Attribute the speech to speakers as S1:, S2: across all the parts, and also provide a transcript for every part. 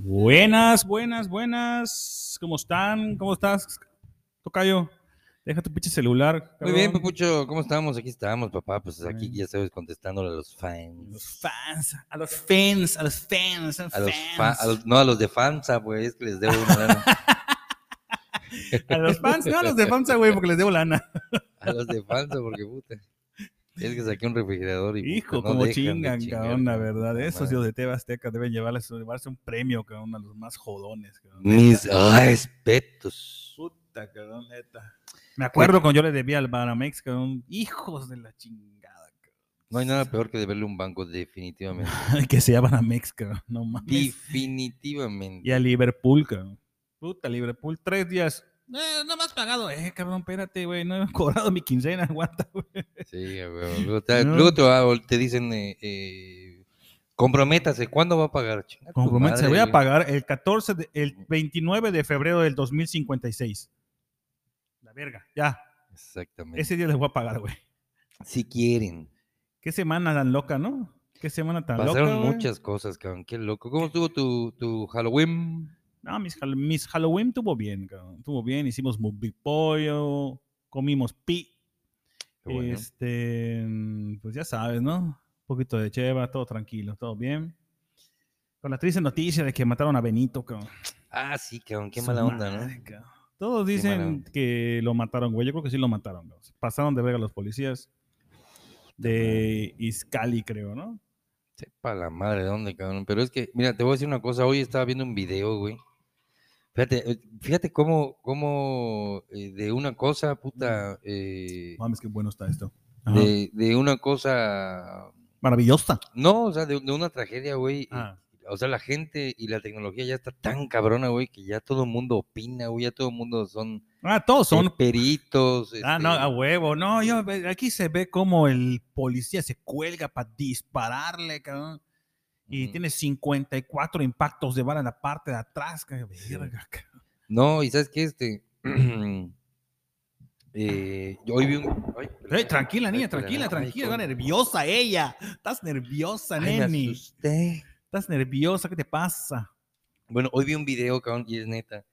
S1: Buenas, buenas, buenas. ¿Cómo están? ¿Cómo estás, Tocayo? Deja tu pinche celular.
S2: Muy bien,
S1: cabrón.
S2: Papucho, ¿cómo estamos? Aquí estamos, papá. Pues
S1: Muy
S2: aquí
S1: bien.
S2: ya sabes, contestándole a los fans.
S1: Los fans, a los fans, a los fans, a los
S2: A los, fa-
S1: fans.
S2: a los- no, a los de FAMSA, güey, es que les debo una lana.
S1: A los fans, no a los de FAMSA, güey, porque les debo lana.
S2: A los de FAMSA, porque puta. Es que saqué un refrigerador y.
S1: Hijo,
S2: puta, no
S1: como
S2: dejan de
S1: chingan,
S2: chingar,
S1: cabrón, la
S2: cabrón.
S1: verdad.
S2: No
S1: Esos dios de TV Azteca deben llevarles, llevarse un premio, cabrón, a los más jodones, cabrón.
S2: Mis respetos.
S1: Puta, cabrón, neta. Me acuerdo cuando yo le debía al Banamex, cabrón. Hijos de la chingada, cabrón.
S2: No hay nada peor que deberle un banco, definitivamente.
S1: Ay, que sea Banamex, cabrón. No mames.
S2: definitivamente.
S1: Y a Liverpool, cabrón. Puta, Liverpool, tres días. Eh, no me has pagado, eh, cabrón, espérate, güey. No he cobrado mi quincena, aguanta, güey.
S2: Sí, a huevo. Luego te,
S1: No.
S2: luego te va- o te dicen, eh, eh, comprométase, ¿cuándo va a pagar? Chinga tu
S1: Comprométese,
S2: madre,
S1: voy a
S2: güey. Mm.
S1: pagar el 14, de- el 29 de febrero del 2056. La verga, ya.
S2: Exactamente.
S1: Ese día les voy a pagar, güey.
S2: Si quieren.
S1: Qué semana tan loca, ¿no? Qué semana tan
S2: Pasaron
S1: loca. güey.
S2: muchas cosas, cabrón. Qué loco. ¿Cómo estuvo tu, tu Halloween?
S1: No, mis, Hall- mis Halloween tuvo bien, cabrón. Tuvo bien, hicimos mu- big pollo, comimos pi.
S2: Qué bueno.
S1: Este, mm, pues ya sabes, ¿no? Un poquito de cheva, todo tranquilo, todo bien. Con la triste noticia de que mataron a Benito, cabrón.
S2: Ah, sí, cabrón. Qué
S1: Su
S2: mala onda, ¿no?
S1: madre, cabrón. Todos
S2: Qué mala
S1: dicen
S2: onda.
S1: que lo mataron, güey. Yo creo que sí lo mataron. güey. Se Pasaron de verga los policías de Izcali, creo, ¿no?
S2: Sepa la madre de dónde, cabrón. Pero es que, mira, te voy a decir una cosa. Hoy estaba viendo un video, güey. Fíjate, eh, fíjate cómo, cómo eh, de una cosa, puta, eh,
S1: Mames, qué bueno está esto. Mm. Ajá.
S2: de, de una cosa,
S1: Maravillosa.
S2: no, o sea, de, de una tragedia, güey. eh,
S1: Ah,
S2: O sea, la gente y la tecnología ya está tan cabrona, güey, que ya todo el mundo opina, güey, ya todo el mundo son,
S1: Ah, todos son
S2: eh, peritos.
S1: Ah, no,
S2: este,
S1: a huevo. No, yo ve- aquí se ve como el policía se cuelga para dispararle, cabrón. Y
S2: Ujú.
S1: tiene 54 impactos de bala en la parte de atrás. cabrón. Verga, cabrón.
S2: No, y sabes que este. eh, yo hoy vi un. ay,
S1: Ey,
S2: perdón,
S1: tranquila,
S2: ay,
S1: niña,
S2: perdón,
S1: tranquila,
S2: ay,
S1: tranquila.
S2: con-
S1: Está nerviosa ella. Estás nerviosa,
S2: ay, me
S1: neni.
S2: asusté.
S1: Estás nerviosa. ¿Qué te pasa?
S2: Bueno, hoy vi un video, cabrón, y es neta.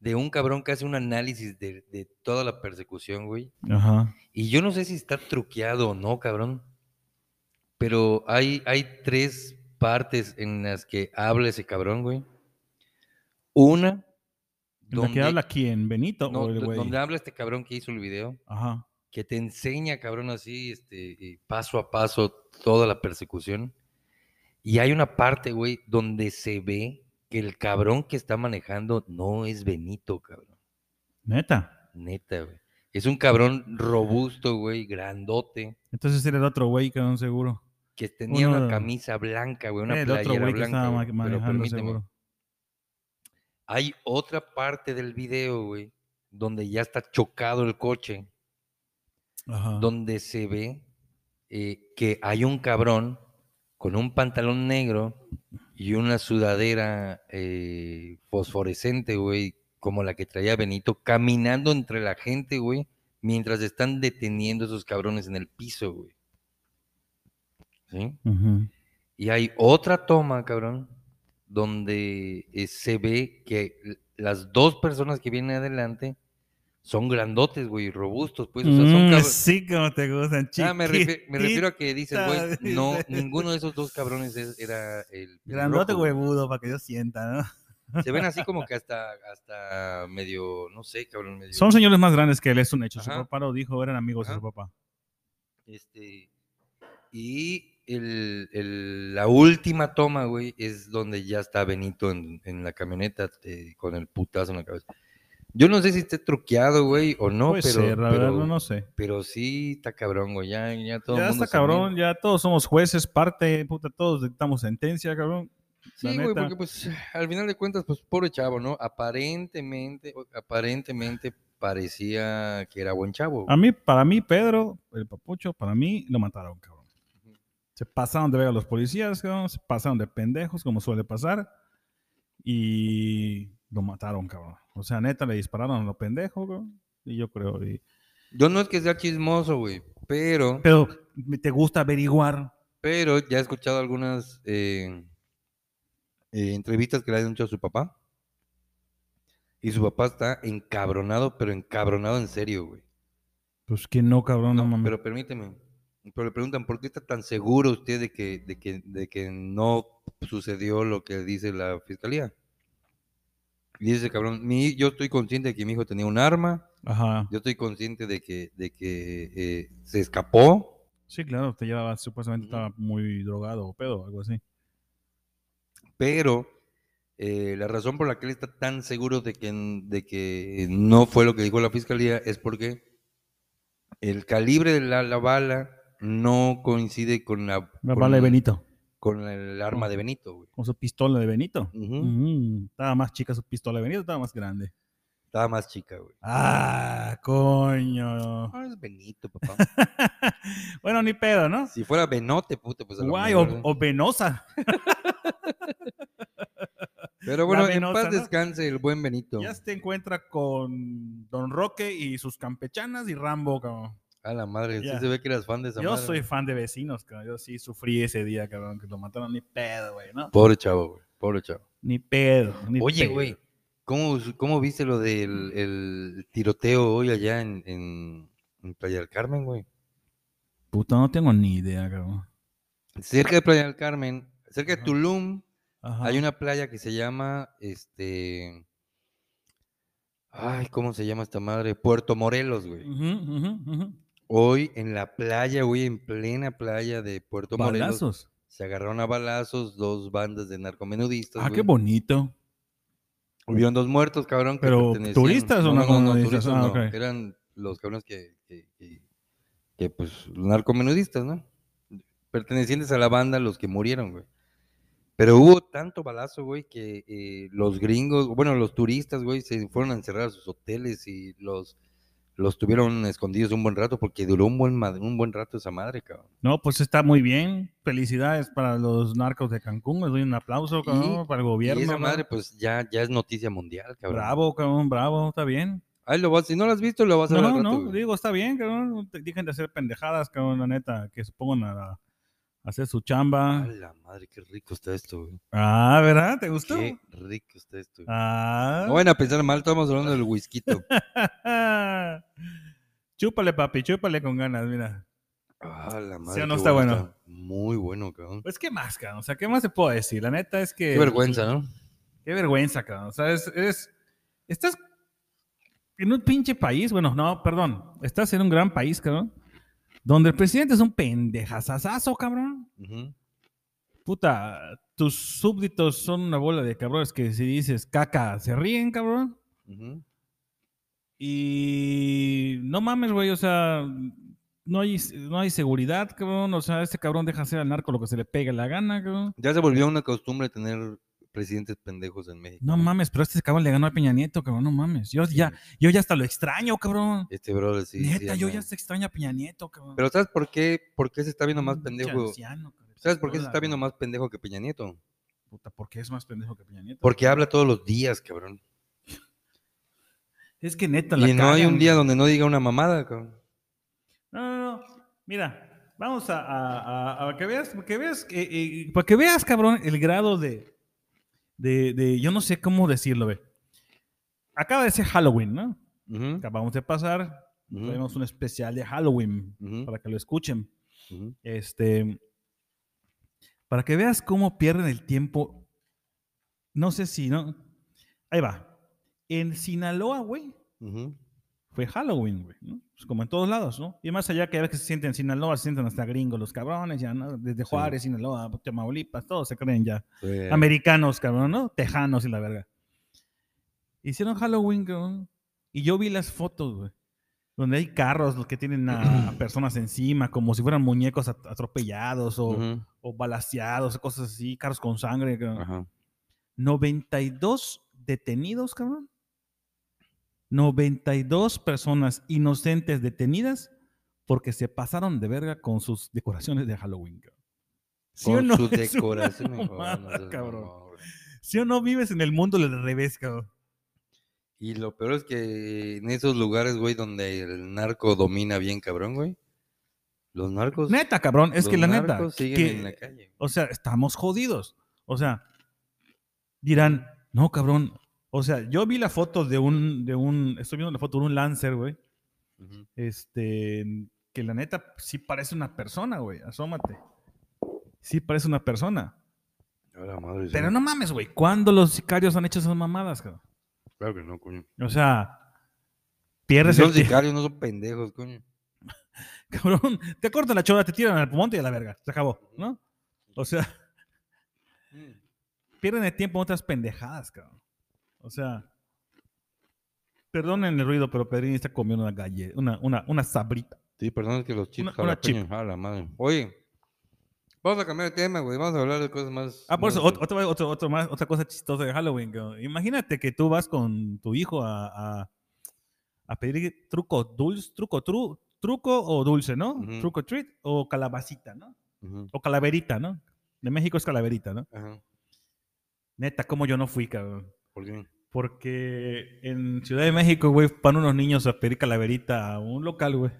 S2: De un cabrón que hace un análisis de, de toda la persecución, güey.
S1: Ajá.
S2: Y yo no sé si está truqueado o no, cabrón. Pero hay, hay tres partes en las que habla ese cabrón, güey. Una.
S1: ¿De qué habla quién? ¿Benito
S2: no,
S1: o el
S2: do-
S1: güey?
S2: donde habla este cabrón que hizo el video.
S1: Ajá.
S2: que te enseña, cabrón, así, este, y paso a paso, toda la persecución. Y hay una parte, güey, donde se ve que el cabrón que está manejando no es Benito, cabrón.
S1: Neta.
S2: Neta, güey. Es un cabrón robusto, güey, grandote,
S1: Entonces era el otro güey, cabrón, seguro.
S2: que tenía
S1: Uno-
S2: una camisa blanca, güey, una
S1: Era el otro
S2: playera
S1: güey que
S2: blanca.
S1: estaba ma-
S2: güey. Pero
S1: manejando,
S2: permíteme,
S1: seguro.
S2: hay otra parte del video, güey, donde ya está chocado el coche.
S1: Ajá.
S2: donde se ve eh, que hay un cabrón con un pantalón negro y una sudadera eh, fosforescente, güey, como la que traía Benito, caminando entre la gente, güey, mientras están deteniendo esos cabrones en el piso, güey. ¿Sí?
S1: Ujú.
S2: Y hay otra toma, cabrón, donde eh, se ve que l- las dos personas que vienen adelante son grandotes, güey, robustos, pues, o sea, son
S1: Mm,
S2: cabr-
S1: sí, como te gustan,
S2: Ah, me, refi- me refiero a que dices, güey,
S1: chiquitita,
S2: no,
S1: dice.
S2: ninguno de esos dos cabrones es- era el
S1: Grandote
S2: pelirrojo,
S1: huevudo para que yo sienta, ¿no?
S2: Se ven así como que hasta, hasta medio, no sé, cabrón, medio.
S1: Son señores más grandes que él, es un hecho. Su
S2: Ajá.
S1: papá lo dijo, eran amigos de
S2: Ajá.
S1: su papá.
S2: Este, y el, el- la última toma, güey, es donde ya está Benito en, en la camioneta eh, con el putazo en la cabeza. Yo no sé si esté truqueado, güey, o no,
S1: Puede
S2: pero,
S1: ser, Pues, eh, la verdad,
S2: pero-
S1: no, no sé.
S2: pero sí está cabrón, güey. Ya, ya todo el
S1: Ya
S2: mundo
S1: está
S2: se mira.
S1: cabrón, ya todos somos jueces, parte, puta, todos dictamos sentencia, cabrón. La
S2: Sí, güey,
S1: neta.
S2: porque pues al final de cuentas, pues pobre chavo, ¿no? Aparentemente, o- aparentemente parecía que era buen chavo.
S1: A mí, para mí, Pedro, el papucho, para mí lo mataron, cabrón. Se pasaron de ver a los policías, cabrón, se pasaron de pendejos, como suele pasar, y lo mataron, cabrón. O sea, neta, le dispararon a los pendejos, cabrón. Y yo creo, y-
S2: Yo no es que sea chismoso, güey, pero,
S1: Pero me- te gusta averiguar.
S2: pero ya he escuchado algunas eh, eh, entrevistas que le han hecho a su papá. Y su papá está encabronado, pero encabronado en serio, güey.
S1: Pues que no, cabrón, no,
S2: No,
S1: mames.
S2: pero permíteme. Pero le preguntan, ¿por qué está tan seguro usted de que, de que, de que no sucedió lo que dice la fiscalía? Y dice, cabrón, mi, yo estoy consciente de que mi hijo tenía un arma,
S1: Ajá.
S2: yo estoy consciente de que, de que eh, se escapó,
S1: Sí, claro, te llevaba, supuestamente
S2: Ujú.
S1: estaba muy drogado o pedo, algo así.
S2: pero eh, la razón por la que él está tan seguro de que, n- de que no fue lo que dijo la fiscalía es porque el calibre de la, la bala no coincide con la,
S1: La
S2: con
S1: bala de
S2: la-
S1: Benito.
S2: con el arma de Benito, güey.
S1: Con su pistola de Benito.
S2: Ujú.
S1: Ujú. Estaba más chica su pistola de Benito, estaba más grande.
S2: Estaba más chica, güey.
S1: Ah, coño.
S2: Ah, es Benito, papá.
S1: bueno, ni pedo, ¿no?
S2: si fuera Benote, puta, pues a lo
S1: Guay,
S2: mejor,
S1: o,
S2: ¿eh?
S1: o venosa.
S2: Pero bueno, en
S1: Venosa,
S2: paz
S1: ¿no?
S2: descanse el buen Benito.
S1: Ya se encuentra con Don Roque y sus campechanas y Rambo, cabrón.
S2: A la madre,
S1: Ya.
S2: sí se ve que eras fan de esa
S1: Yo
S2: madre.
S1: soy fan de vecinos, cabrón. Yo sí sufrí ese día, cabrón, que lo mataron. Ni pedo, güey, ¿no?
S2: Pobre chavo, güey. Pobre chavo.
S1: Ni pedo. ni
S2: Oye,
S1: pedo.
S2: güey, ¿cómo, ¿cómo viste lo del el tiroteo hoy allá en, en, en Playa del Carmen, güey?
S1: Puta, no tengo ni idea, cabrón.
S2: Cerca de Playa del Carmen, cerca de
S1: Ajá.
S2: Tulum,
S1: Ajá.
S2: hay una playa que se llama, este... Ay, ¿cómo se llama esta madre? Puerto Morelos, güey.
S1: Ujú, ujú, ujú.
S2: Hoy en la playa, güey, en plena playa de Puerto Morelos,
S1: Balazos.
S2: se agarraron a balazos dos bandas de narcomenudistas.
S1: Ah,
S2: güey.
S1: qué bonito.
S2: Hubieron dos muertos, cabrón. que
S1: Pero,
S2: pertenecían-
S1: ¿turistas o
S2: no, no, no, no,
S1: narcomenudistas?
S2: turistas
S1: Ah,
S2: no,
S1: ok.
S2: Eran los cabrones que, que, que- que, pues, narcomenudistas, ¿no? Pertenecientes a la banda los que murieron, güey. Pero hubo tanto balazo, güey, que eh, los gringos, bueno, los turistas, güey, se fueron a encerrar a sus hoteles y los, los tuvieron escondidos un buen rato porque duró un buen, ma- un buen rato esa madre, cabrón.
S1: No, pues está muy bien. Felicidades para los narcos de Cancún. Les doy un aplauso, cabrón,
S2: Y-
S1: para el
S2: y
S1: gobierno.
S2: esa
S1: ¿no?
S2: madre, pues, ya, ya es noticia mundial, cabrón.
S1: Bravo, cabrón, bravo, está bien.
S2: Ahí lo vas, si no lo has visto, lo vas a
S1: No,
S2: ver al
S1: no,
S2: rato,
S1: no,
S2: güey.
S1: digo, está bien, cabrón. no te- Dejen de hacer pendejadas, cabrón, la neta, que se pongan a, a hacer su
S2: A
S1: chamba.
S2: la madre, qué rico está esto, güey.
S1: Ah, ¿verdad? ¿Te gustó?
S2: Qué rico está esto. güey.
S1: Ah.
S2: No van a pensar mal, estamos hablando del whisky.
S1: chúpale, papi, chúpale con ganas, mira.
S2: A Ah, la madre.
S1: o no
S2: qué
S1: está bueno?
S2: Muy bueno, cabrón.
S1: Pues, ¿qué más, cabrón? O sea, ¿qué más se puede decir? La neta es que...
S2: Qué vergüenza, ¿no?
S1: Qué vergüenza, cabrón. O sea, es, es- estás en un pinche país, bueno, no, perdón, estás en un gran país, cabrón, donde el presidente es un pendejazazazo, cabrón.
S2: Ujú.
S1: Puta, tus súbditos son una bola de cabrones que si dices caca se ríen, cabrón.
S2: Ujú.
S1: Y no mames, güey, o sea, no hay, no hay seguridad, cabrón. O sea, este cabrón deja hacer al narco lo que se le pegue la gana, cabrón.
S2: Ya se volvió una costumbre tener presidentes pendejos en México.
S1: No mames, pero este cabrón le ganó a Peña Nieto, cabrón, no mames. Yo ya, yo ya hasta lo extraño, cabrón.
S2: Este brother sí. sí
S1: Neta, yo
S2: anda.
S1: ya se extraña a Peña Nieto, cabrón.
S2: Pero ¿sabes por qué? ¿Por qué se está viendo más
S1: Pinche
S2: pendejo?
S1: anciano, cabrón.
S2: ¿Sabes por qué se
S1: Mm, Hola,
S2: está viendo
S1: güey.
S2: más pendejo que Peña Nieto?
S1: Puta, ¿por qué es más pendejo que Peña Nieto?
S2: Porque habla todos los días, cabrón.
S1: es que neta la
S2: Y no hay
S1: cagan,
S2: un día
S1: güey.
S2: donde no diga una mamada, cabrón.
S1: No, no, no. Mira, vamos a, a- a- a que veas, para que veas, que, eh, para que veas, cabrón, el grado de, de, de- yo no sé cómo decirlo, ve. Acaba de ser Halloween, ¿no?
S2: Ujú,
S1: Acabamos de pasar,
S2: ujú,
S1: tenemos un especial de Halloween
S2: ujú,
S1: para que lo escuchen.
S2: ujú.
S1: Este, para que veas cómo pierden el tiempo, no sé si, ¿no? Ahí va. En Sinaloa, güey,
S2: Ujú.
S1: fue Halloween, güey, ¿no? Pues como en todos lados, ¿no? Y más allá que a veces se sienten en Sinaloa, se sienten hasta gringos los cabrones, ya, ¿no? Desde Juárez, Sinaloa, Tamaulipas, todos se creen ya.
S2: Sí.
S1: Americanos, cabrón, ¿no? Tejanos y la verga. Hicieron Halloween, cabrón. Y yo vi las fotos, güey. Donde hay carros los que tienen a, a personas encima, como si fueran muñecos at- atropellados o,
S2: Ujú, Ah.
S1: o balaseados, cosas así, carros con sangre. cabrón.
S2: ajá.
S1: 92 detenidos, cabrón. 92 personas inocentes detenidas porque se pasaron de verga con sus decoraciones de Halloween, cabrón. ¿Sí o
S2: Con
S1: no?
S2: su
S1: Es una
S2: decoración. hijo,
S1: mamada,
S2: no seas
S1: cabrón.
S2: mamón, güey.
S1: Si o no vives en el mundo del revés, cabrón.
S2: Y lo peor es que en esos lugares, güey, donde el narco domina bien, cabrón, güey. Los narcos.
S1: Neta, cabrón, es que
S2: los
S1: la neta.
S2: narcos siguen
S1: que-
S2: en la calle.
S1: O sea, estamos jodidos. O sea, dirán, no, cabrón. O sea, yo vi la foto de un, de un, estoy viendo la foto de un Lancer, güey.
S2: Ujú.
S1: Este, que la neta sí parece una persona, güey. Asómate. Sí parece una persona.
S2: Ahora, madre, sí.
S1: Pero no mames, güey. ¿Cuándo los sicarios han hecho esas mamadas, cabrón?
S2: Claro que no, coño.
S1: O sea, pierdes el
S2: Los
S1: tie-
S2: sicarios no son pendejos, coño.
S1: cabrón. Te cortan la chora, te tiran al monte y a la verga. Se acabó, ¿no? O sea, pierden el tiempo en otras pendejadas, cabrón. O sea, perdonen el ruido, pero Pedrini está comiendo una galleta, una, una, una sabrita.
S2: Sí, perdón, es que los chips
S1: Una- una
S2: jalapeños, a la madre. Oye, vamos a cambiar de tema, güey. Vamos a hablar de cosas más.
S1: Ah, por eso,
S2: más-
S1: ot- otra, vez- otro- otro más, otra cosa chistosa de Halloween. cabrón. Imagínate que tú vas con tu hijo a, a, a pedir truco dulce, truco, tru- truco o dulce, ¿no?
S2: Ujú.
S1: Truco treat o calabacita, ¿no?
S2: Ujú,
S1: O calaverita, ¿no? De México es calaverita, ¿no?
S2: Ajá.
S1: Neta, como yo no fui, cabrón.
S2: ¿Por qué?
S1: Porque en Ciudad de México, güey, van unos niños a pedir calaverita a un local, güey.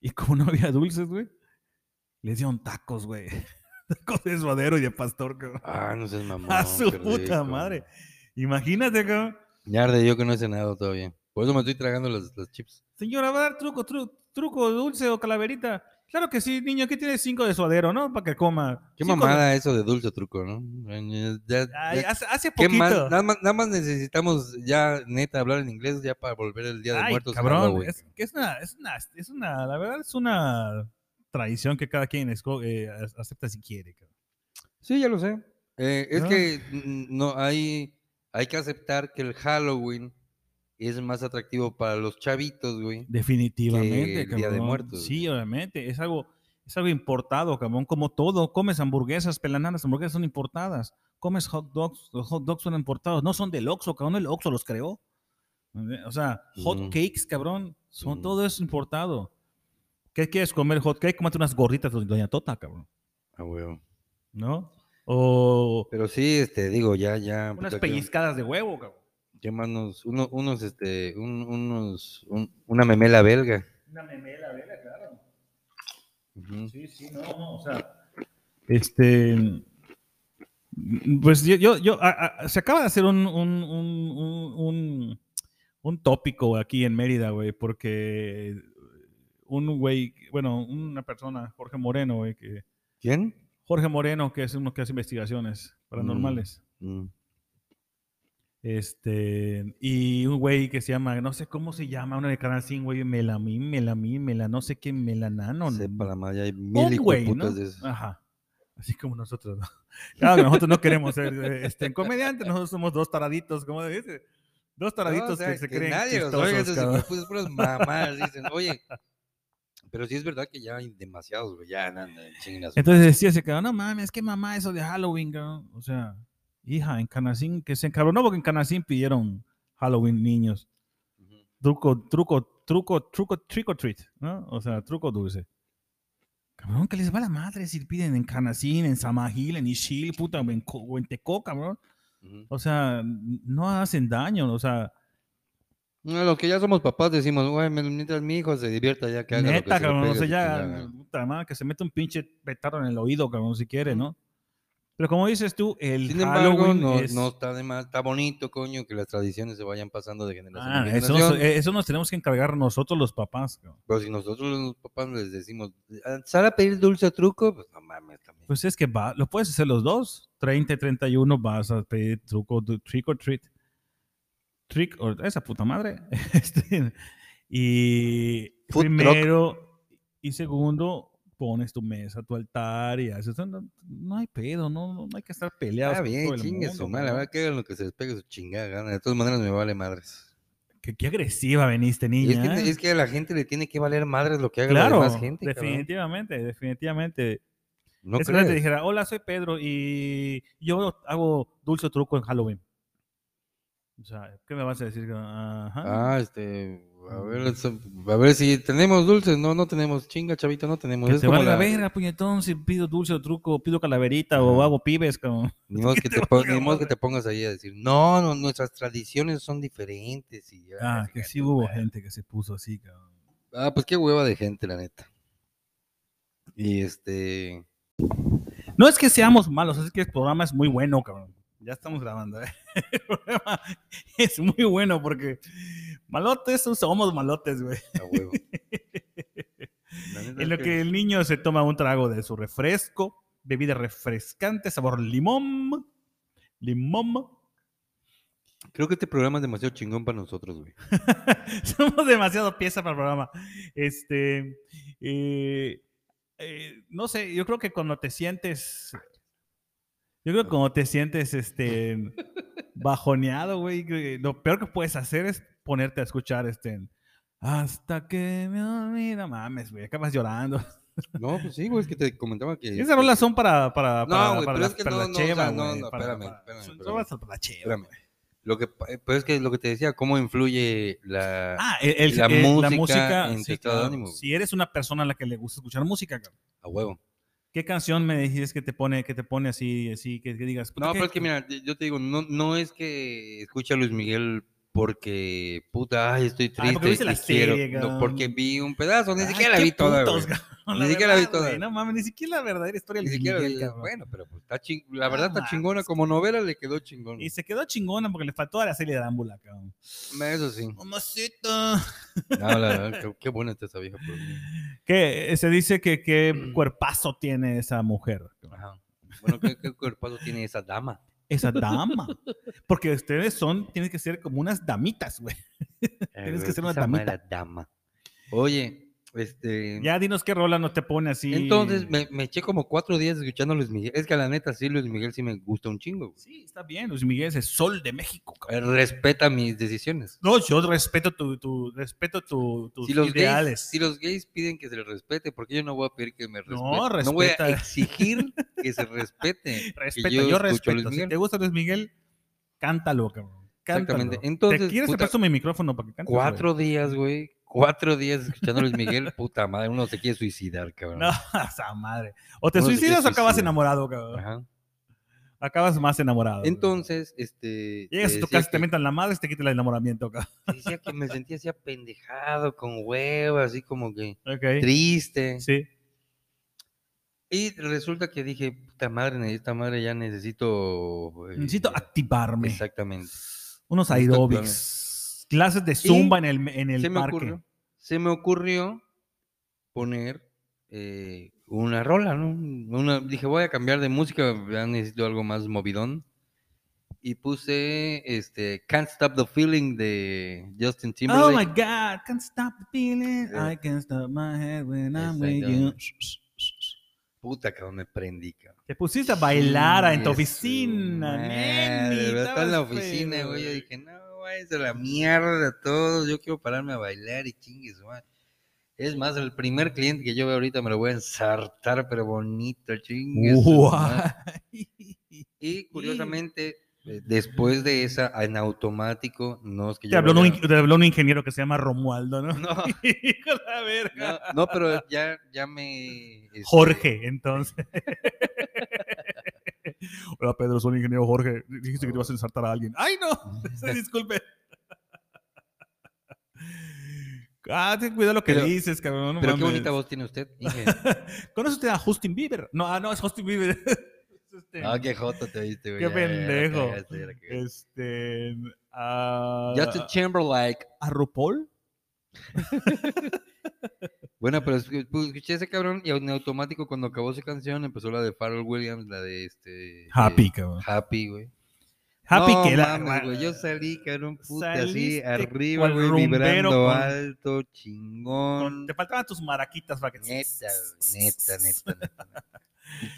S1: Y como no había dulces, güey, les dieron tacos, güey. Tacos de suadero y de pastor, cabrón.
S2: Ah, no seas mamón.
S1: a su
S2: qué
S1: puta
S2: rico.
S1: madre. Imagínate, cabrón.
S2: Ya arde yo que no he cenado todavía. Por eso me estoy tragando las, las chips.
S1: Señora, ¿va a dar truco, tru- truco dulce o calaverita? Claro que sí, niño. Aquí tiene cinco de suadero, ¿no? Para que coma.
S2: Qué
S1: Cinco de-
S2: mamada eso de dulce truco, ¿no? Ya- ya-
S1: Ay, hace, hace
S2: ¿Qué
S1: poquito.
S2: más? Nada, más? nada más necesitamos ya, neta, hablar en inglés ya para volver el Día de
S1: Ay,
S2: Muertos. a
S1: cabrón,
S2: Halloween.
S1: es, que es una, es una, es una, la verdad es una tradición que cada quien esco- eh, a- acepta si quiere. cabrón.
S2: Sí, ya lo sé. Eh, es
S1: Ah.
S2: que mm, no hay, hay que aceptar que el Halloween es más atractivo para los chavitos, güey.
S1: Definitivamente,
S2: Que el Día de
S1: cabrón.
S2: Muertos,
S1: Sí, obviamente, es algo, es algo importado, cabrón, como todo. Comes hamburguesas, pelananas, hamburguesas son importadas. Comes hot dogs, los hot dogs son importados, no son del Oxxo, cabrón, el Oxxo los creó. O sea, hot
S2: Ujú.
S1: cakes, cabrón, son
S2: Ujú.
S1: todo es importado. ¿Qué quieres comer hot cake? Cómate unas gorritas de Doña Tota, cabrón,
S2: Ah, huevo.
S1: ¿no? O
S2: Pero sí, este, digo, ya, ya.
S1: unas
S2: puta, ¿qué-
S1: pellizcadas de huevo, cabrón.
S2: qué más nos- uno- unos, este, un- unos, un- una memela belga.
S1: Una memela, vela, claro.
S2: Ujú.
S1: Sí, sí, no, no, o sea. Este. mm, Pues yo, yo, yo- a- a- se acaba de hacer un, un, un, un, un- un tópico aquí en Mérida, güey, porque un güey, bueno, una persona, Jorge Moreno, güey, que.
S2: ¿Quién?
S1: Jorge Moreno, que es uno que hace investigaciones paranormales.
S2: Mm.
S1: Este, y un güey que se llama, no sé cómo se llama, uno de Canal 5, güey, Melamín, Melamín, Mela, no sé qué, Melanano.
S2: Sepa la madre, hay
S1: Un
S2: mil hijo de
S1: güey,
S2: putas
S1: ¿no?
S2: de esos.
S1: Ajá. Así como nosotros. ¿no? Claro, que nosotros no queremos ser eh, este, comediantes, nosotros somos dos taraditos, como dice. Dos
S2: No, o
S1: taraditos
S2: sea,
S1: que se creen
S2: nadie los
S1: chistosos,
S2: oiga, esos
S1: cabrón.
S2: hijos de putas, puras mamadas, dicen, oye. Pero sí es verdad que ya hay demasiados, güey, ya, nada, chinguen a su
S1: Entonces decía ese cabrón, no mames, es que mamá eso de Halloween, cabrón. O sea, hija, en Canacín, que se encabronó porque en Canacín pidieron Halloween niños.
S2: Ujú.
S1: Truco, truco, truco, truco, trick or treat, ¿no? O sea, truco dulce. Cabrón, que les va la madre si piden en Canacín, en Samajil, en Ishil, puta, en, Co- o en Tecó, cabrón.
S2: Ujú.
S1: O sea, n- no hacen daño, o sea,
S2: No, los que ya somos papás decimos, güey, men- mientras mi hijo se divierta ya que haga lo que
S1: neta,
S2: se le
S1: cabrón, o
S2: pegue pues,
S1: sea,
S2: su
S1: ya,
S2: chingada".
S1: puta madre, que se mete un pinche petardo en el oído, cabrón, si quiere, ¿no? Pero como dices tú, el
S2: Sin embargo,
S1: Halloween
S2: no,
S1: es...
S2: no está de mal, está bonito, coño, que las tradiciones se vayan pasando de generación
S1: Ah,
S2: en
S1: eso,
S2: generación.
S1: nos- eh, eso nos tenemos que encargar nosotros los papás, cabrón.
S2: Pero si nosotros los papás les decimos, "Ah, sal a pedir dulce o truco, pues no mames también.
S1: Pues es que va, lo puedes hacer los dos. 30 y 31 vas a pedir truco, du- trick or treat. Trick or esa puta madre. Este, y
S2: Food truck.
S1: primero y segundo pones tu mesa, tu altar y haces. No, no hay pedo, no, no hay que estar peleados.
S2: Está
S1: con
S2: Ah, bien,
S1: todo el
S2: chingue
S1: mundo, pues,
S2: su madre, la
S1: cabrón.
S2: verdad que hagan lo que se les pegue su chingada gana. De todas maneras me vale madres.
S1: Qué, qué agresiva veniste,
S2: Y
S1: niña.
S2: es,
S1: ¿eh?
S2: que, es que a la gente le tiene que valer madres lo que haga
S1: claro,
S2: la demás gente. cabrón.
S1: definitivamente, definitivamente.
S2: No
S1: es que te
S2: crees.
S1: dijera, hola, soy Pedro y yo hago dulce o truco en Halloween. O sea, ¿qué me vas a decir? Ajá.
S2: Ah, este, a ver, eso- a ver si tenemos dulces, no, no tenemos, chinga, chavito, no tenemos.
S1: que
S2: pues es
S1: te
S2: como
S1: valga
S2: la-
S1: verga, puñetón, si pido dulce o truco, pido calaverita o
S2: Ajá.
S1: hago pibes. Como...
S2: Ni modo que, te,
S1: valga
S2: pon- ni modo que
S1: madre.
S2: te pongas ahí a decir, no, no, nuestras tradiciones son diferentes. Y ya,
S1: Ah,
S2: así
S1: que
S2: que
S1: sí
S2: tu
S1: hubo
S2: madre.
S1: gente que se puso así, cabrón.
S2: Ah, pues qué hueva de gente, la neta. Y este,
S1: No es que seamos malos, es que el programa es muy bueno, cabrón. Ya estamos grabando, ¿eh? El programa es muy bueno porque malotes, somos malotes, güey.
S2: A huevo. La neta
S1: En
S2: es
S1: lo que el niño se toma un trago de su refresco, bebida refrescante, sabor limón, limón.
S2: Creo que este programa es demasiado chingón para nosotros, güey.
S1: Somos demasiado pieza para el programa. Este, eh, eh, no sé, yo creo que cuando te sientes, yo creo que cuando te sientes, este, bajoneado, güey, que lo peor que puedes hacer es ponerte a escuchar, este, hasta que me olvida, no mames, güey, acabas llorando.
S2: No, pues sí, güey, es que te comentaba que.
S1: Esas rolas son para, para,
S2: No,
S1: para,
S2: güey,
S1: para
S2: pero
S1: la,
S2: es que
S1: para
S2: no,
S1: la
S2: no, o sea,
S1: cheva,
S2: no,
S1: güey,
S2: no,
S1: para la-
S2: espérame,
S1: para-
S2: espérame,
S1: son- son
S2: espérame.
S1: rolas para la cheva.
S2: Espérame. Lo que, pa- eh, pero es que lo que te decía, cómo influye la.
S1: Ah, el- el- el-
S2: La
S1: la, música,
S2: música en tu
S1: sí,
S2: estado de
S1: claro.
S2: ánimo.
S1: Si eres una persona a la que le gusta escuchar música, cabrón,
S2: A huevo.
S1: ¿qué canción me dices que te pone, que te pone así, así, que, que digas? puta,
S2: No,
S1: qué-
S2: pero es que mira, yo te digo, no, no es que escuche a Luis Miguel porque puta, ay, estoy
S1: Ay,
S2: triste.
S1: Ah, porque viste
S2: y
S1: la
S2: quiero.
S1: serie,
S2: No,
S1: cabrón.
S2: porque vi un pedazo, ni
S1: Ay,
S2: siquiera la
S1: ah, qué
S2: vi toda.
S1: putos,
S2: güey.
S1: cabrón,
S2: Ni siquiera la vi
S1: verdad,
S2: toda.
S1: güey, No mames, ni siquiera la verdadera historia
S2: Ni
S1: de Luis
S2: siquiera la
S1: Miguel,
S2: vi.
S1: cabrón.
S2: Bueno, pero pues, está ching- la verdad
S1: Ah,
S2: está chingona. Como novela le quedó chingón.
S1: Y se quedó chingona porque le faltó a la serie de Ámbula, cabrón.
S2: Eso sí.
S1: Mamacita.
S2: No, la verdad, qué, qué buena está esa vieja. pues, por mí.
S1: Que eh, se dice que qué cuerpazo tiene esa mujer. cabrón.
S2: Ajá. Bueno, ¿qué, qué cuerpazo tiene esa dama?
S1: Esa dama. Porque ustedes son, tienen que ser como unas damitas, güey. Tienes que ser una
S2: Eh, Esa madre
S1: damita.
S2: era dama. Oye, este.
S1: Ya dinos qué rola no te pone así.
S2: Entonces me, me eché como cuatro días escuchando a Luis Miguel. Es que la neta, sí, Luis Miguel sí me gusta un chingo. güey.
S1: Sí, está bien. Luis Miguel es el sol de México, cabrón.
S2: Eh, Respeta mis decisiones.
S1: No, yo respeto tu, tu respeto tu, tus
S2: Si los, gays,
S1: ideales.
S2: si los gays piden que se les respete, porque yo no voy a pedir que me respeten?
S1: No,
S2: No voy a
S1: respeta.
S2: exigir que se respete. que
S1: Respeto, yo,
S2: escucho a Luis
S1: respeto. Si
S2: Miguel.
S1: te gusta Luis Miguel, cántalo, cabrón. Cántalo.
S2: Exactamente.
S1: ¿Te
S2: Entonces,
S1: quieres que
S2: puta,
S1: paso mi micrófono para que cantes? güey?
S2: cuatro días, güey. Cuatro días escuchando a Luis Miguel, puta madre, uno se quiere suicidar, cabrón.
S1: No, esa madre. O te
S2: Uno se
S1: suicidas o
S2: quiere
S1: acabas
S2: suicidar.
S1: enamorado, cabrón.
S2: Ajá.
S1: Acabas más enamorado. güey.
S2: Entonces, este.
S1: Llegas a tu
S2: decía
S1: casa, te
S2: que-
S1: metan la madre y te quita el enamoramiento, cabrón.
S2: te decía que me sentía así apendejado, con hueva, así como que
S1: Ok.
S2: triste.
S1: Sí.
S2: Y resulta que dije, puta madre, ne- esta madre ya necesito. eh,
S1: Necesito activarme.
S2: Exactamente.
S1: Unos
S2: Necesito
S1: aerobics. Clases de zumba en el, en el
S2: se me
S1: parque. Oh
S2: ocurrió. Se me ocurrió poner eh, una rola, ¿no? Una, dije, voy a cambiar de música, ya necesito algo más movidón. Y puse este Can't Stop the Feeling de Justin
S1: Oh
S2: Timberlake.
S1: my God, can't stop the feeling.
S2: Eh.
S1: I can't stop my head when I'm with you.
S2: Exactamente. Puta, que me prendí, cabrón.
S1: Te pusiste a bailar en tu
S2: Chingue su
S1: oficina,
S2: madre,
S1: neni,
S2: bro, Estaba en la
S1: estabas
S2: oficina,
S1: pedo,
S2: güey. Yo dije, no, váyanse a la mierda todos. Yo quiero pararme a bailar y chingues, güey. Es más, el primer cliente que yo veo ahorita me lo voy a ensartar, pero bonito, chingues. su madre.
S1: Guay.
S2: Y curiosamente, eh, después de esa, en automático, no es que yo.
S1: Te habló, un,
S2: vaya-
S1: in- te habló un ingeniero que se llama Romualdo, ¿no?
S2: No,
S1: Hijo de la verga.
S2: no, no, pero ya, ya me. este,
S1: Jorge, entonces. Hola, Pedro, soy el ingeniero Jorge. Dijiste que te ibas a ensartar a alguien. ¡Ay, no!
S2: Este
S1: Disculpe. Ah, ten cuidado lo que
S2: Pero-
S1: dices, cabrón. no
S2: Pero qué
S1: mames.
S2: bonita voz tiene usted. Inge.
S1: ¿Conoce usted a Justin Bieber? No, ah, no, es Justin Bieber. Es este,
S2: Ah, qué joto te viste, güey.
S1: Qué
S2: ya, ya, ya la
S1: pendejo.
S2: cagaste, ya la cagaste.
S1: este, a,
S2: Justin Timberlake.
S1: a RuPaul.
S2: Bueno, pero escu- pues, escuché ese cabrón y en automático cuando acabó su canción empezó la de Pharrell Williams, la de este... eh,
S1: Happy, cabrón.
S2: Happy, güey.
S1: Happy
S2: No
S1: que la-
S2: mames, güey, Yo salí, cabrón, puta, así,
S1: Saliste
S2: arriba,
S1: cual
S2: güey,
S1: rumbero
S2: vibrando
S1: con-
S2: alto,
S1: Con-
S2: chingón.
S1: Te faltaban tus maraquitas para que.
S2: Neta, güey, neta, neta, neta. neta.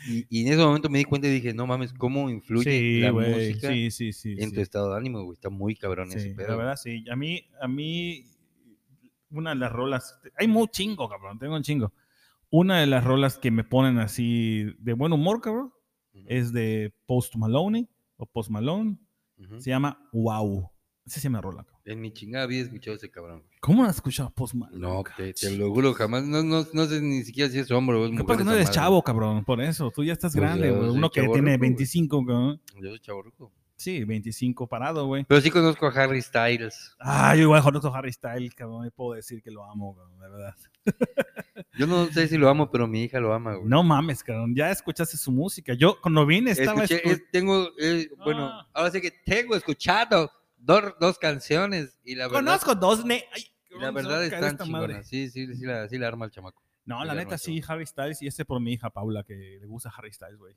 S2: Y, y en ese momento me di cuenta y dije, no mames, cómo influye
S1: Sí,
S2: la
S1: güey.
S2: música
S1: Sí, sí, sí.
S2: en
S1: sí.
S2: tu estado de ánimo, güey. Está muy cabrón
S1: Sí,
S2: ese
S1: La
S2: pedo. güey.
S1: verdad, sí. A mí, a mí, una de las rolas. Hay muy chingo, cabrón. Tengo un chingo. Una de las rolas que me ponen así de buen humor, cabrón,
S2: Ujú,
S1: es de Post Maloney o Post Malone.
S2: ujú.
S1: Se llama Wow. Ese se llama rola, cabrón.
S2: En mi chingada había escuchado ese cabrón. güey.
S1: ¿Cómo no has escuchado Post Malone?
S2: No, te, te
S1: chis.
S2: lo juro, jamás. No, no, no sé ni siquiera si es hombre o es mujer.
S1: Capaz que no
S2: esa
S1: eres
S2: madre.
S1: chavo, cabrón, por eso. Tú ya estás
S2: Pues ya
S1: grande, güey.
S2: soy
S1: Uno que
S2: chavorruco,
S1: tiene
S2: güey.
S1: 25, cabrón.
S2: Yo soy chavorruco.
S1: Sí, 25 parado, güey.
S2: Pero sí conozco a Harry Styles.
S1: Ah, yo igual conozco a Harry Styles, cabrón. y puedo decir que lo amo, cabrón, de verdad.
S2: Yo no sé si lo amo, pero mi hija lo ama, güey.
S1: No mames, cabrón. Ya escuchaste su música. Yo cuando vine estaba...
S2: Escuché-
S1: escu-
S2: es- tengo, eh, bueno,
S1: Ah.
S2: ahora sí que tengo escuchado dos, dos canciones y la verdad,
S1: Conozco dos... Ne Ay,
S2: y
S1: cabrón,
S2: la
S1: se va
S2: verdad
S1: a caer
S2: están
S1: esta madre.
S2: chingonas. Sí, sí, sí la, sí la arma el chamaco.
S1: No,
S2: Sí,
S1: la
S2: la
S1: neta
S2: arma
S1: sí, Harry Styles. Y este por mi hija, Paula, que le gusta Harry Styles, güey.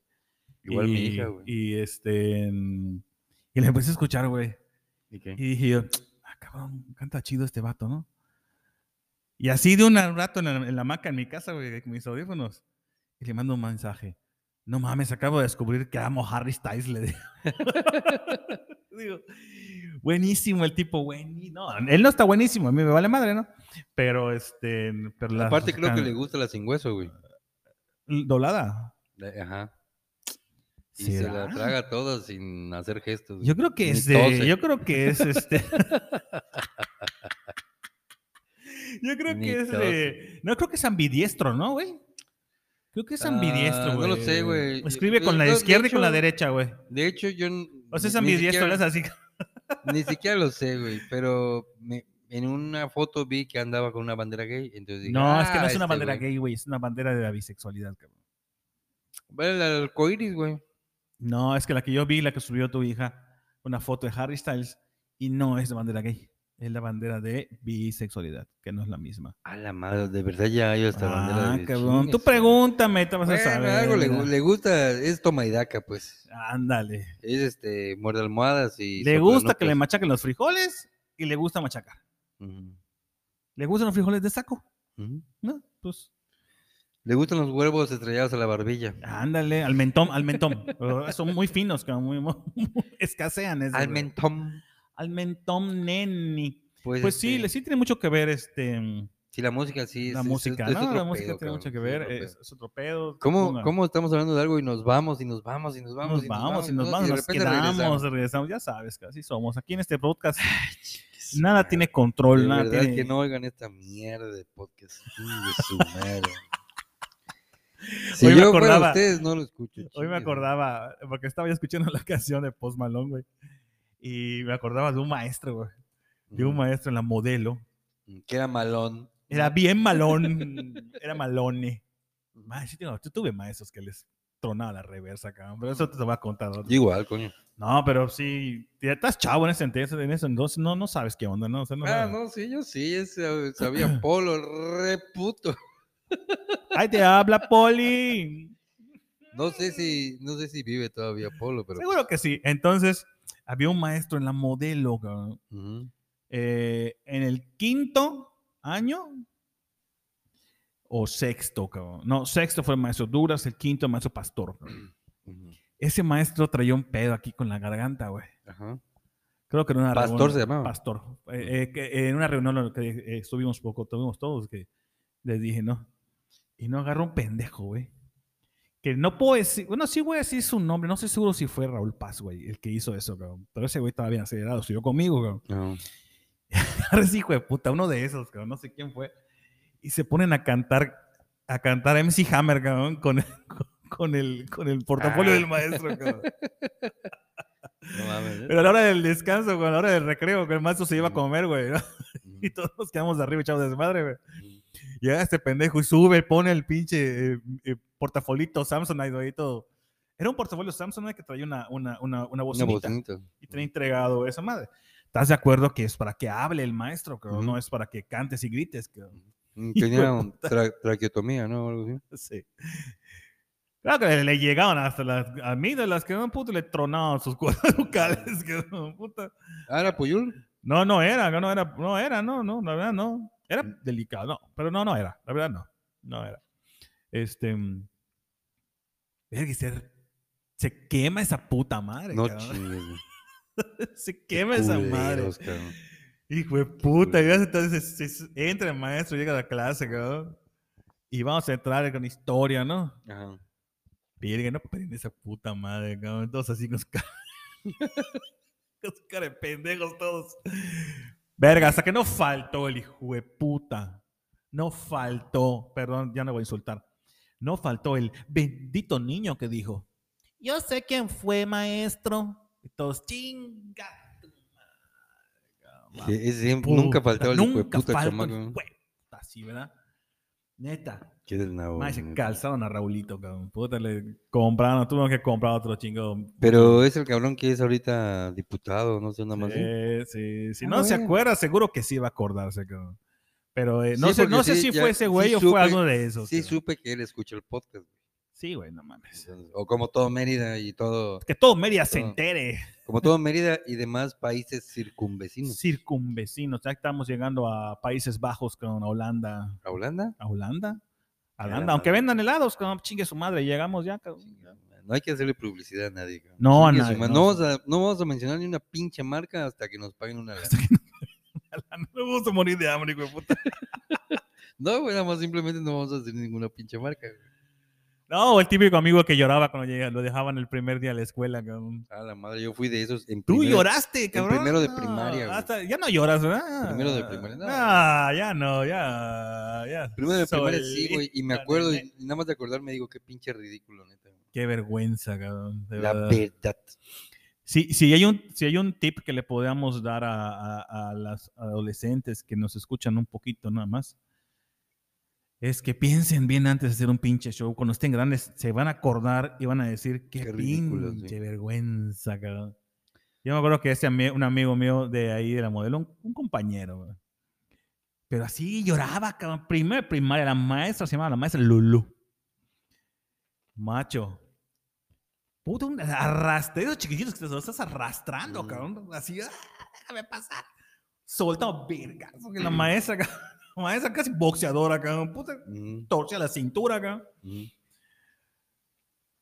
S2: Igual
S1: y,
S2: mi hija, güey.
S1: Y este... mm, Y le empecé a escuchar, güey.
S2: ¿Y qué?
S1: Y dije yo, ah, cabrón, canta chido este vato, ¿no? Y así de un rato en la, en la hamaca en mi casa, güey, con mis audífonos. Y le mando un mensaje. No mames, acabo de descubrir que amo a Harry Styles, le digo. Digo, buenísimo el tipo, buenísimo. No, él no está buenísimo, a mí me vale madre, ¿no? Pero este. Pero la,
S2: Aparte creo que le gusta la sin hueso, güey.
S1: ¿Doblada?
S2: La- Ajá. Y se la
S1: ¿Será?
S2: traga toda sin hacer gestos. güey.
S1: Yo creo que
S2: Ni
S1: es de-
S2: tose.
S1: yo creo que es este. yo creo
S2: Ni
S1: que es de, no creo que es ambidiestro, ¿no, güey? Creo que es
S2: Ah,
S1: ambidiestro,
S2: no
S1: güey.
S2: lo sé, güey.
S1: Escribe
S2: Yo-
S1: con la
S2: yo, de
S1: izquierda y con la
S2: hecho-
S1: derecha, güey.
S2: De hecho, yo n-
S1: O sea, es
S2: ni
S1: ambidiestro,
S2: siquiera-
S1: es así.
S2: Ni siquiera lo sé, güey, pero me- en una foto vi que andaba con una bandera gay, entonces dije,
S1: No, es que no
S2: "Ah,
S1: es una
S2: este
S1: bandera
S2: güey".
S1: gay, güey, es una bandera de la bisexualidad, cabrón.
S2: Bueno, el arcoíris, güey.
S1: No, es que la que yo vi, la que subió tu hija, una foto de Harry Styles y no es la bandera gay, es la bandera de bisexualidad, que no es la misma.
S2: A la madre, de verdad ya hay hasta bandera
S1: Ah,
S2: de
S1: cabrón,
S2: chingues,
S1: tú
S2: güey.
S1: pregúntame, te vas a
S2: Bueno,
S1: saber.
S2: algo le,
S1: mira.
S2: gu- le gusta, es toma y daca, pues.
S1: Ándale.
S2: Es este, muerde almohadas y. Pues,
S1: Le gusta que le
S2: soplanucas.
S1: machaquen los frijoles y le gusta machacar.
S2: Ujú,
S1: Le gustan los frijoles de saco,
S2: ujú.
S1: ¿no? Pues,
S2: Le gustan los huevos estrellados a la barbilla.
S1: Ah, ándale, al mentón, al mentón. Oh, Son muy finos, cabrón, muy, muy- escasean. esos,
S2: Al
S1: güey.
S2: mentón.
S1: Al mentón, neni.
S2: Pues,
S1: Pues sí,
S2: este,
S1: le- sí tiene mucho que ver este, mm,
S2: sí, la música sí. es-
S1: la
S2: es- es-
S1: música,
S2: es
S1: ¿no?
S2: otro
S1: la música
S2: pedo,
S1: tiene
S2: cabrón,
S1: mucho que
S2: es
S1: ver,
S2: otro
S1: es,
S2: pedo.
S1: es otro pedo.
S2: ¿Cómo,
S1: ponga.
S2: ¿Cómo estamos hablando de algo y nos vamos y nos vamos y nos vamos?
S1: Nos vamos y nos vamos,
S2: y de
S1: nos
S2: repente regresamos?
S1: quedamos, regresamos, ya sabes, que así somos. Aquí en este podcast
S2: Chingues,
S1: nada
S2: madre.
S1: tiene control,
S2: Ah, De
S1: nada
S2: verdad
S1: tiene...
S2: que no oigan esta mierda de podcast. Chingue su madre. Si
S1: Hoy me
S2: yo fuera
S1: acordaba-
S2: ustedes no lo escucho.
S1: Hoy me
S2: chingue su-
S1: acordaba, porque estaba yo escuchando la canción de Post Malone, güey. Y me acordaba de un maestro, güey. De un maestro en la modelo.
S2: Mm, Que era malón.
S1: Era bien malón. era malone. Man, sí, tengo- yo tuve maestros que les tronaba la reversa, cabrón. Pero eso te lo voy a contar. otro-
S2: Igual, coño.
S1: No, pero sí. ya Estás chavo en ese entonces, en ese entonces no, no sabes qué onda, ¿no? O sea, no
S2: Ah,
S1: sabes.
S2: no, sí, yo sí. ese, sabía polo, re puto.
S1: ¡Ay, te habla, Poli!
S2: No sé si, no sé si vive todavía polo, pero.
S1: Seguro que sí. Entonces, había un maestro en la modelo, cabrón.
S2: Ujú.
S1: eh, en el quinto año o sexto, cabrón. No, sexto fue el maestro Duras, el quinto el maestro Pastor. cabrón.
S2: Ujú.
S1: Ese maestro traía un pedo aquí con la garganta, güey.
S2: Ajá.
S1: Creo que en una
S2: Pastor
S1: reunión-
S2: se llamaba.
S1: Pastor. Eh, eh, que en una reunión en la que eh, estuvimos poco, tuvimos todos, que les dije, no. Y no agarró un pendejo, güey. Que no puedo decir, bueno, sí voy a decir su nombre, no estoy seguro si fue Raúl Paz, güey, el que hizo eso, cabrón. Pero ese güey estaba bien acelerado, estudió conmigo, cabrón.
S2: No.
S1: Arres, hijo de puta, uno de esos, cabrón, no sé quién fue. Y se ponen a cantar, a cantar MC Hammer, cabrón, con, con- con el, con el portafolio
S2: Ah.
S1: del maestro, cabrón.
S2: No mames. ¿eh?
S1: Pero a la hora del descanso, güey, a la hora del recreo, que el maestro se iba a comer, güey, ¿no? y
S2: ¿eh?
S1: todos nos quedamos arriba echados de desmadre, güey.
S2: Ujú.
S1: Llega este pendejo y sube, pone el pinche eh, eh, portafolito Samsonite, güey, y todo. Era un portafolio Samsonite que traía una, una, una, una
S2: Una
S1: bocinita
S2: bocinita.
S1: y trae entregado esa madre. ¿Estás de acuerdo que es para que hable el maestro, cabrón?
S2: Ujú.
S1: No es para que cantes y grites, cabrón.
S2: Mm,
S1: Hijo de
S2: Tenía un tra- traqueotomía, ¿no? O algo así.
S1: Sí. Claro que le, le llegaban hasta las a mí de las que no puto le tronaban sus cuerdas vocales. que no, puta.
S2: Ah, era Puyul.
S1: No, no era, no era, no era, no, no, la verdad no. Era delicado, no, pero no, no era, la verdad no, no era. Este, mm, verga, y se, se quema esa puta madre,
S2: No
S1: cabrón.
S2: chingues. güey.
S1: se quema esa madre.
S2: Culeros, cabrón.
S1: Hijo de puta, y ves, entonces se- se- entra el maestro, llega a la clase, cabrón. Y vamos a entrar con historia, ¿no?
S2: Ajá.
S1: Verga, no prende esa puta madre, cabrón. Todos así con su cara. con su cara de pendejos todos. Verga, hasta que no faltó el hijo de puta. No faltó, perdón, ya no voy a insultar. No faltó el bendito niño que dijo: Yo sé quién fue maestro. Y putos, chinga. tu madre, cabrón.
S2: Sí, es siempre-
S1: Puta,
S2: nunca faltaba el hijo de
S1: nunca
S2: puta
S1: falta el
S2: chamaco. ¿no?
S1: hijueputa, sí, ¿verdad? Neta.
S2: Que era el nabo,
S1: Más se
S2: neta.
S1: calzaron a Raulito, cabrón. Puta, le compraron, tuvieron que comprar otro chingo.
S2: Pero es el cabrón que es ahorita diputado, no sé, nada más. ¿sí?
S1: Eh, sí, Si
S2: Ah,
S1: no se
S2: bueno.
S1: acuerda, seguro que sí va a acordarse, cabrón. Pero eh, no,
S2: Sí,
S1: sé,
S2: porque
S1: no sé
S2: sí,
S1: si
S2: ya-
S1: fue ese güey
S2: sí
S1: o
S2: supe-
S1: fue alguno de esos.
S2: Sí,
S1: cabrón.
S2: supe que él escuchó el podcast. güey.
S1: sí, güey, no mames.
S2: Entonces, O como todo Mérida y todo,
S1: Que todo media se
S2: No.
S1: entere.
S2: como todo Mérida y demás países circunvecinos.
S1: circunvecinos. Ya estamos llegando a Países Bajos con Holanda.
S2: ¿A Holanda?
S1: ¿A Holanda? A
S2: Ya,
S1: Holanda. Aunque
S2: madre.
S1: vendan helados, cabrón, chingue su madre. Llegamos ya, cabrón.
S2: No hay que hacerle publicidad a nadie. cabrón.
S1: No, a
S2: Chingue su
S1: nadie, no.
S2: madre. No, vamos a, no vamos a mencionar ni una pinche marca hasta que nos paguen una. lana.
S1: No me gusta morir de hambre, hijo de puta.
S2: No, güey, nada más simplemente no vamos a hacer ninguna pinche marca. güey.
S1: No, el típico amigo que lloraba cuando llegaba, lo dejaban el primer día a la escuela, cabrón.
S2: A la madre, yo fui de esos. En
S1: Tú
S2: primero-
S1: lloraste, cabrón.
S2: primero de
S1: No,
S2: primaria, güey.
S1: hasta- ya no lloras, ¿verdad?
S2: Primero de primaria, no.
S1: Ah, ya no, ya. ya.
S2: Primero de primaria, sí,
S1: Solito,
S2: güey. Y me acuerdo,
S1: nene.
S2: y nada más de acordarme, digo, qué pinche ridículo, neta. güey.
S1: Qué vergüenza, cabrón. de
S2: La
S1: verdad.
S2: verdad.
S1: Si, si, hay un, si hay un tip que le podamos dar a, a- a las adolescentes que nos escuchan un poquito nada más, es que piensen bien antes de hacer un pinche show. Cuando estén grandes, se van a acordar y van a decir, qué,
S2: Qué ridículo, sí.
S1: pinche vergüenza, cabrón. Yo me acuerdo que ese ami- un amigo mío de ahí, de la modelo, un, un compañero, güey. pero así lloraba, cabrón. Primero de primaria, la maestra se llamaba la maestra Lulu. Macho. Puta, un arrastre, esos chiquititos que te los estás arrastrando,
S2: Mm.
S1: cabrón. Así, ¡ah! déjame pasar. Soltado, verga. porque La maestra, cabrón, la maestra casi boxeadora, cabrón. Puta,
S2: Mm,
S1: torce la cintura, cabrón.
S2: mm.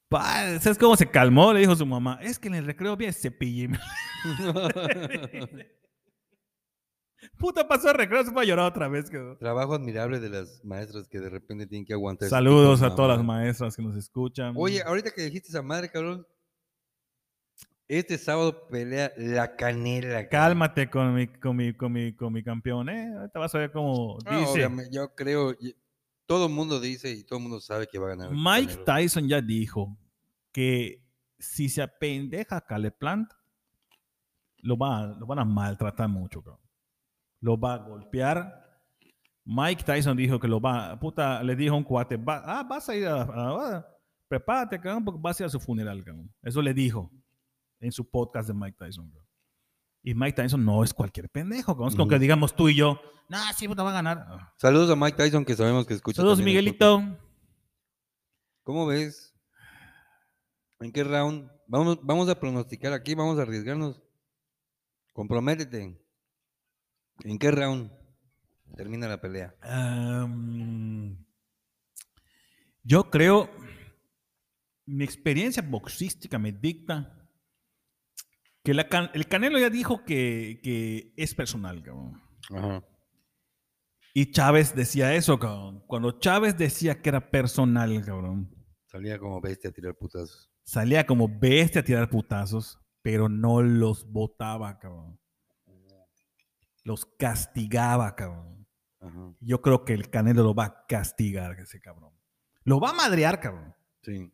S1: Pa, ¿Sabes cómo se calmó? Le dijo su mamá. Es que en el recreo viene cepillín. Puta, pasó el recreo, se fue a llorar otra vez, cabrón.
S2: Trabajo admirable de las maestras que de repente tienen que aguantar. ese
S1: Saludos
S2: tipo de
S1: a todas las
S2: mamadas.
S1: maestras que nos escuchan.
S2: Oye, ahorita que dijiste esa madre, cabrón. Este sábado pelea la canela. cabrón.
S1: cálmate con mi, con mi, con mi, con mi campeón, ¿eh? Ahorita vas a ver cómo
S2: Ah,
S1: dice.
S2: obviamente, yo creo, y- todo el mundo dice y todo el mundo sabe que va a ganar. el
S1: Mike
S2: Canelo.
S1: Tyson ya dijo que si se apendeja Caleplant, lo, va, lo van a maltratar mucho, cabrón. Lo va a golpear. Mike Tyson dijo que lo va, puta, le dijo a un cuate, "Va- ah, vas a ir a, a- a- prepárate, cabrón, porque vas a ir a su funeral, cabrón. Eso le dijo en su podcast de Mike Tyson, cabrón. Y Mike Tyson no es cualquier pendejo, cabrón. Es como
S2: Ujú.
S1: que digamos tú y yo, no, sí, puta, va a ganar. Ah.
S2: Saludos a Mike Tyson que sabemos que escucha.
S1: Saludos,
S2: también el
S1: Miguelito.
S2: podcast. ¿Cómo ves? ¿En qué round? Vamos, vamos a pronosticar aquí, vamos a arriesgarnos. Comprométete. ¿En qué round termina la pelea?
S1: Am, yo creo, mi experiencia boxística me dicta que la Can- el Canelo ya dijo que, que es personal, cabrón.
S2: Ajá.
S1: Y Chávez decía eso, cabrón. Cuando Chávez decía que era personal, cabrón,
S2: Salía como bestia a tirar putazos.
S1: salía como bestia a tirar putazos, pero no los botaba, cabrón. Los castigaba, cabrón.
S2: Ajá.
S1: Yo creo que el Canelo lo va a castigar, ese cabrón. Lo va a madrear, cabrón.
S2: Sí.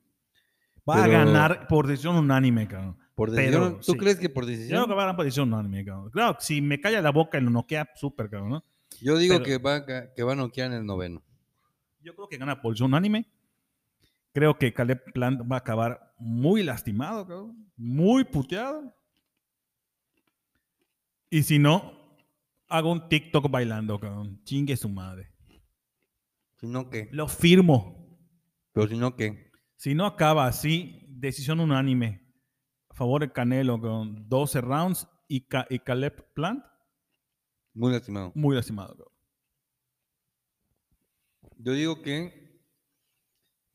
S1: Va
S2: Pero-
S1: a ganar por decisión unánime, cabrón.
S2: Por
S1: Pero,
S2: decisión, ¿Tú
S1: sí.
S2: crees que por
S1: Yo creo
S2: decisión?
S1: que va a ganar por decisión unánime, cabrón. Claro, si me calla la boca y lo noquea, súper, cabrón. ¿no?
S2: Yo digo
S1: pero-
S2: que, va, a ca- que va a noquear en el noveno.
S1: Yo creo que gana por decisión unánime. Creo que Caleb Plant va a acabar muy lastimado, cabrón. Muy puteado. Y si no, hago un TikTok bailando, cabrón. Chingue su madre.
S2: Si no, ¿qué?
S1: Lo firmo.
S2: Pero si no, ¿qué?
S1: Si no acaba así, decisión unánime. A favor de Canelo con 12 rounds y, Ca- y Caleb Plant
S2: Muy lastimado.
S1: muy lastimado. cabrón.
S2: Yo digo que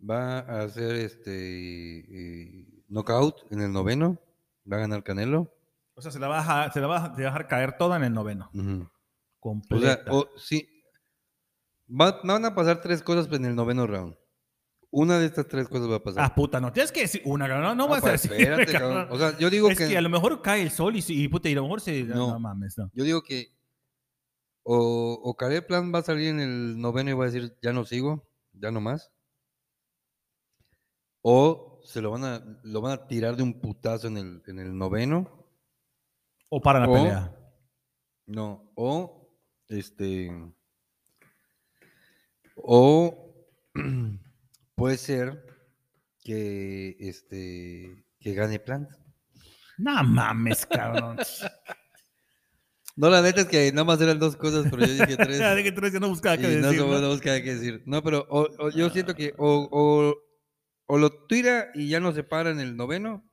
S2: va a hacer este eh, knockout en el noveno. Va a ganar Canelo.
S1: O sea, se la va a dejar, se la va a dejar caer toda en el noveno.
S2: Ujú. O sea,
S1: Completa.
S2: o- sí. Va- van a pasar tres cosas en el noveno round. Una de estas tres cosas va a pasar.
S1: ah, puta, no tienes que decir una, cabrón. No, no
S2: Ah,
S1: vas a
S2: pues,
S1: decir.
S2: espérate,
S1: cabrón.
S2: cabrón. O sea, yo digo
S1: es que...
S2: que,
S1: a lo mejor cae el sol y, sí- y puta, y a lo mejor se. No,
S2: No.
S1: mames, no.
S2: yo digo que o, o Caleb Plan va a salir en el noveno y va a decir ya no sigo, ya no más. O se lo van a lo van a tirar de un putazo en el, en el noveno
S1: O para la
S2: O-
S1: pelea.
S2: No, o este. O puede ser que este que gane Plant.
S1: No mames, cabrón.
S2: No, la neta es que nada más eran dos cosas, pero yo dije tres.
S1: Ya, de que tres ya no buscaba qué
S2: y no Ah.
S1: decir,
S2: somos
S1: ¿no?
S2: dos que hay que decir. No, pero o- o yo siento que o, o- o lo tira y ya no se para en el noveno,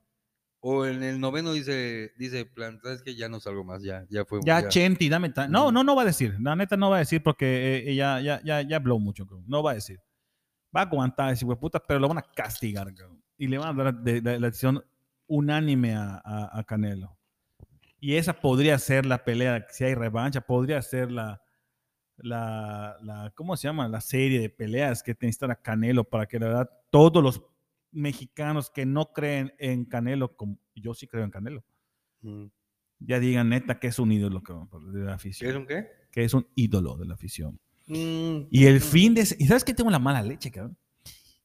S2: o en el noveno dice, dice Plant, sabes que ya no salgo más, ya, ya fue.
S1: Ya, Chenti, dame ta- No,
S2: Ujú.
S1: no, no va a decir. La neta no va a decir porque eh, eh, ya, ya, ya, ya habló mucho. cabrón. No va a decir. Va a aguantar ese puta, pero lo van a castigar. cabrón. Y le van a dar de- de- la decisión unánime a, a- a Canelo. Y esa podría ser la pelea, si hay revancha, podría ser la, la, la- ¿cómo se llama? La serie de peleas que necesitan a Canelo para que la verdad todos los mexicanos que no creen en Canelo, como yo sí creo en Canelo,
S2: Mm.
S1: ya digan neta que es un ídolo cabrón, de la afición.
S2: ¿Es un qué?
S1: Que es un ídolo de la afición.
S2: Mm,
S1: Y el fin de... se- ¿Y sabes que tengo la mala leche, cabrón?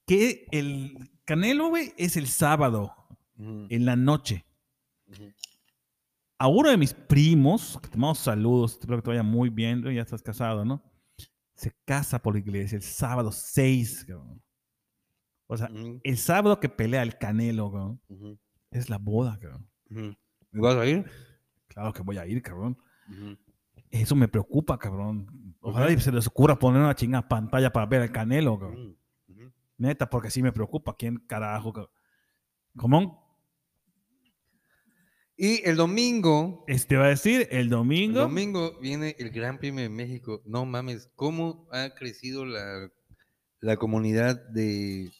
S1: Que el Canelo, güey, es el sábado,
S2: mm,
S1: en la noche.
S2: mm.
S1: A uno de mis primos, que te mando saludos, espero que te vaya muy bien, güey, ya estás casado, ¿no? Se casa por la iglesia el sábado 6, cabrón. O sea,
S2: Ujú,
S1: el sábado que pelea el Canelo, cabrón,
S2: ujú,
S1: es la boda, cabrón.
S2: ujú. ¿Y vas a ir?
S1: Claro que voy a ir, cabrón.
S2: Ujú.
S1: Eso me preocupa, cabrón. Ojalá
S2: Ujú.
S1: y se les ocurra poner una chingada pantalla para ver al Canelo, cabrón.
S2: Mm, ujú.
S1: Neta, porque sí me preocupa. ¿Quién carajo? cabrón? Como
S2: Y el domingo,
S1: este va a decir, el
S2: el
S1: domingo.
S2: domingo viene el Gran Premio de México. No mames, cómo ha crecido la, la comunidad de,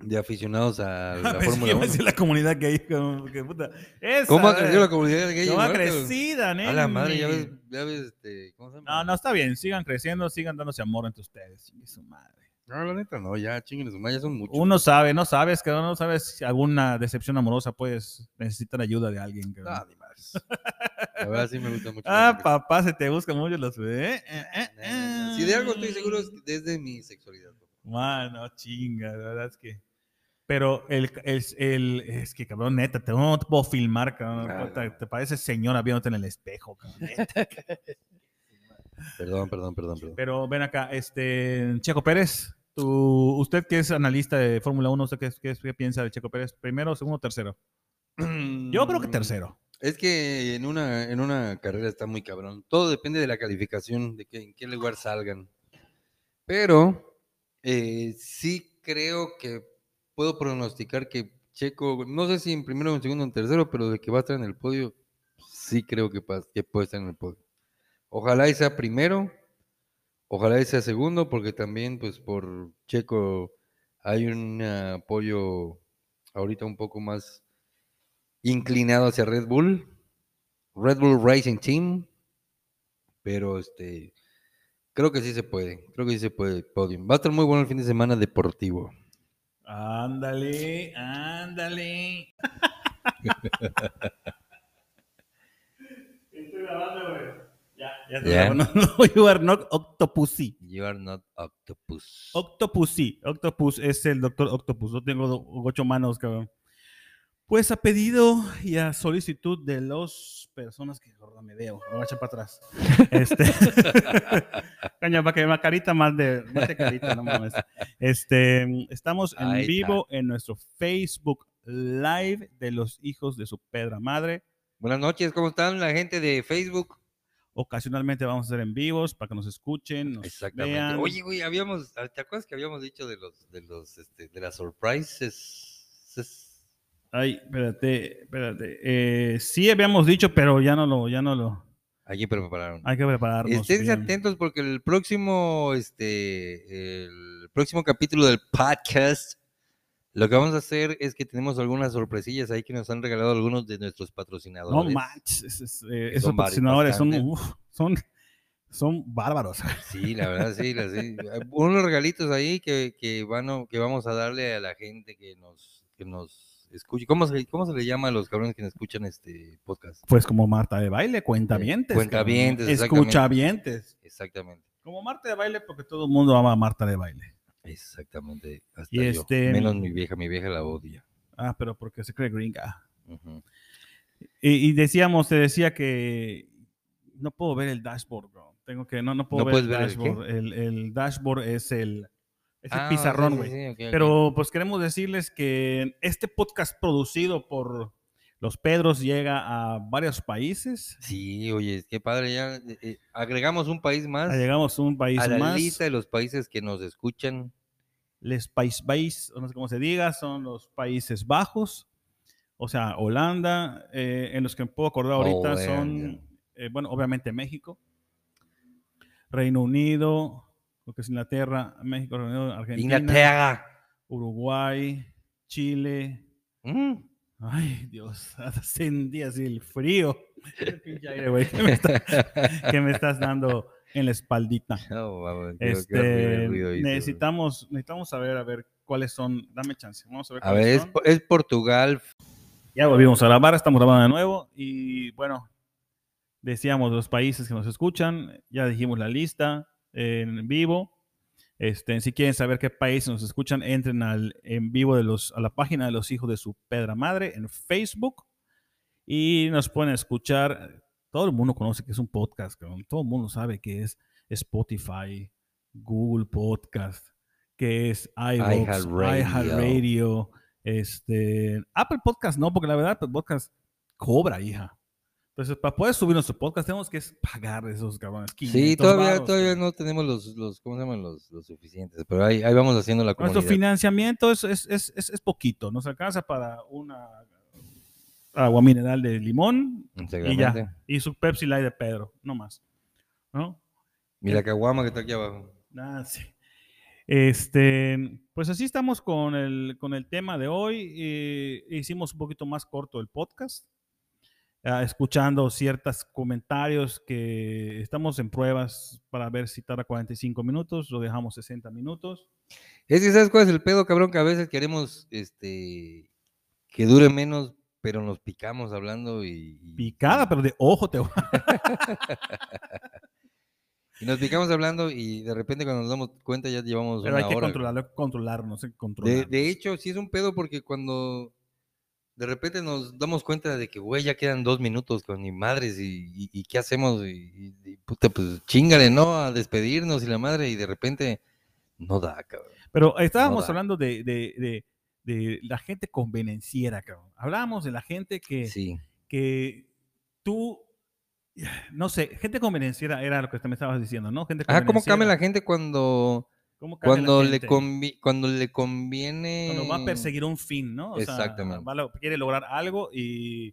S2: de aficionados a
S1: Ah,
S2: la
S1: pensé que
S2: Fórmula
S1: iba a
S2: 1.
S1: decir la comunidad que hay. cabrón, porque puta. Esa,
S2: ¿Cómo ha
S1: güey.
S2: crecido la comunidad gay?
S1: ¿Cómo ha
S2: no?
S1: crecido,
S2: A la madre,
S1: nene?
S2: ya ves, ya ves, este, ¿cómo se llama?
S1: No, no, está bien. Sigan creciendo, sigan dándose amor entre ustedes. Chingue su madre.
S2: No, la neta, no, ya, chinguen su madre, ya son muchos.
S1: Uno sabe, no sabes, que no sabes si alguna decepción amorosa, pues necesitan ayuda de alguien. cabrón.
S2: No, ni más. La verdad sí me gusta mucho. la
S1: Ah,
S2: Fórmula
S1: papá, se te buscan mucho los... eh, eh, eh,
S2: No, no, no. Si de algo estoy seguro es que desde mi sexualidad. güey.
S1: Mano, chinga, la verdad es que... Pero el, el, el- es que, cabrón, neta, te, no te puedo filmar, cabrón.
S2: Ah,
S1: puta,
S2: no.
S1: Te pareces señora viéndote en el espejo, cabrón. neta.
S2: Perdón, perdón, perdón, perdón.
S1: Pero ven acá, este, Checo Pérez, tú, usted que es analista de Fórmula 1, ¿usted qué, qué- qué piensa de Checo Pérez? ¿Primero, segundo, tercero? Yo creo que tercero.
S2: Mm, Es que en una, en una carrera está muy cabrón. Todo depende de la calificación, de que, en qué lugar salgan. Pero eh, sí creo que puedo pronosticar que Checo, no sé si en primero, en segundo, en tercero, pero de que va a estar en el podio, sí creo que, pas- que puede estar en el podio. Ojalá y sea primero, ojalá y sea segundo, porque también pues por Checo hay un apoyo ahorita un poco más inclinado hacia Red Bull, Red Bull Racing Team, pero este creo que sí se puede, creo que sí se puede podium. Va a estar muy bueno el fin de semana deportivo.
S1: Ándale, ándale. Estoy grabando, güey. Ya, ya estoy
S2: Ya.
S1: grabando. No, you are not octopusy.
S2: You are not octopus.
S1: Octopusy. Octopus es el doctor Octopus. Yo tengo do- ocho manos, cabrón. Pues a pedido y a solicitud de las personas que gorda me veo. Me voy a echar para atrás. Este. Caña, para que me carita más de. Más de carita, no mames. Este, estamos en
S2: Ahí está.
S1: vivo en nuestro Facebook Live de los hijos de su pedra madre.
S2: Buenas noches, ¿cómo están la gente de Facebook?
S1: Ocasionalmente vamos a hacer en vivos para que nos escuchen,
S2: Pues,
S1: nos vean.
S2: Oye, güey, habíamos, ¿te acuerdas que habíamos dicho de los, de los, este, de las surprises? Es-
S1: Ay, espérate, espérate. Eh, sí habíamos dicho, pero ya no lo, ya no lo.
S2: Aquí prepararon.
S1: Hay que prepararnos.
S2: Esténse
S1: bien.
S2: atentos porque el próximo, este, el próximo capítulo del podcast, lo que vamos a hacer es que tenemos algunas sorpresillas ahí que nos han regalado algunos de nuestros
S1: No
S2: patrocinadores.
S1: manches, es- es- eh,
S2: Que
S1: esos
S2: son varios,
S1: patrocinadores son,
S2: bastantes.
S1: uf, son, son bárbaros.
S2: Sí, la verdad, sí, la- sí. Unos regalitos ahí que, que, van a- que vamos a darle a la gente que nos, que nos escuche. ¿Cómo se, ¿Cómo se le llama a los cabrones que nos escuchan este podcast?
S1: Pues como Marta de baile, cuentavientes.
S2: Cuentavientes, exactamente.
S1: escuchavientes.
S2: Exactamente,
S1: Como Marta de baile, porque todo el mundo ama a Marta de baile.
S2: exactamente. Hasta
S1: Y
S2: yo.
S1: este-
S2: Menos mi vieja, mi vieja la odia.
S1: Ah, pero porque se cree gringa.
S2: Ujú.
S1: Y, y decíamos, te decía que no puedo ver el dashboard, bro. Tengo que, no, no puedo
S2: ¿No
S1: ver, el
S2: puedes ver el
S1: dashboard. El, el dashboard es el, es el
S2: Ah,
S1: pizarrón,
S2: sí,
S1: güey.
S2: sí, sí, ok, ok.
S1: Pero pues queremos decirles que este podcast producido por los Pedros llega a varios países.
S2: Sí, oye, qué padre. Ya eh, eh, agregamos un país más
S1: Ah, Llegamos a un país
S2: a la
S1: más.
S2: lista de los países que nos escuchan.
S1: Les País Bais, o no sé cómo se diga, son los Países Bajos, o sea, Holanda, eh, en los que me puedo acordar ahorita
S2: Holanda.
S1: son, eh, bueno, obviamente México, Reino Unido, lo que es Inglaterra, México, Reino Unido, Argentina,
S2: Inglaterra.
S1: Uruguay, Chile,
S2: Mm.
S1: ay Dios, ascendí así el frío, el pinche aire, güey, que, me está- que me estás dando en la espaldita.
S2: No, vamos, qué- qué horrible
S1: Este,
S2: ruido hizo, güey.
S1: necesitamos, necesitamos saber, a ver cuáles son. Dame chance, vamos a ver.
S2: A
S1: cuáles
S2: ver, es,
S1: son.
S2: Po- es Portugal.
S1: Ya volvimos a grabar, estamos grabando de nuevo. Y bueno, decíamos los países que nos escuchan, ya dijimos la lista en vivo. Este, si quieren saber qué países nos escuchan, entren al en vivo de los, a la página de los hijos de su pedra madre en Facebook y nos pueden escuchar. Todo el mundo conoce que es un podcast, cabrón. todo el mundo sabe que es Spotify, Google Podcast, que es iVoox,
S2: iHeartRadio.
S1: iHeartRadio, este, Apple Podcast no, porque la verdad Apple Podcast cobra, hija. Entonces, para poder subir nuestro podcast tenemos que pagar esos cabrones.
S2: Sí,
S1: 500
S2: todavía,
S1: varos,
S2: todavía
S1: cabrón.
S2: no tenemos los, los ¿cómo se llaman? Los, los suficientes, pero ahí, ahí vamos haciendo la
S1: Nuestro
S2: comunidad.
S1: financiamiento es, es, es, es, es poquito. Nos alcanza para una agua mineral de limón y
S2: Seguramente.
S1: ya. Y su Pepsi Light de Pedro, no más. ¿No?
S2: Y la caguama que está aquí abajo.
S1: Ah, sí. Este, pues así estamos con el, con el tema de hoy. eh, hicimos un poquito más corto el podcast, ah, escuchando ciertos comentarios que estamos en pruebas para ver si tarda 45 minutos, lo dejamos 60 minutos.
S2: Es que, ¿sabes cuál es el pedo, cabrón? Que a veces queremos este que dure menos, pero nos picamos hablando y. y-
S1: Picada, pero de ojo te voy a-
S2: Y nos picamos hablando y de repente cuando nos damos cuenta ya llevamos
S1: Pero hay que
S2: Pues, una hora. güey.
S1: controlarlo, hay que controlarnos, hay que
S2: De,
S1: controlarnos.
S2: de hecho, sí es un pedo porque cuando de repente nos damos cuenta de que, güey, ya quedan dos minutos con mi madres y, y- y ¿qué hacemos? Y, y- y, puta, pues chingale, ¿no? A despedirnos y la madre y de repente no da, cabrón.
S1: Pero estábamos
S2: da.
S1: hablando de, de- de- de la gente convenenciera, cabrón. Hablábamos de la gente que...
S2: Sí.
S1: que tú, no sé, gente convenenciera era lo que me estabas diciendo, ¿no? Gente
S2: Ah, ¿cómo
S1: convenenciera.
S2: cambia la gente cuando,
S1: ¿Cómo cambia la
S2: cuando, le,
S1: gente?
S2: convi- cuando le conviene?
S1: Cuando va a perseguir un fin, ¿no? O sea,
S2: Exactamente.
S1: va a lo- quiere lograr algo y,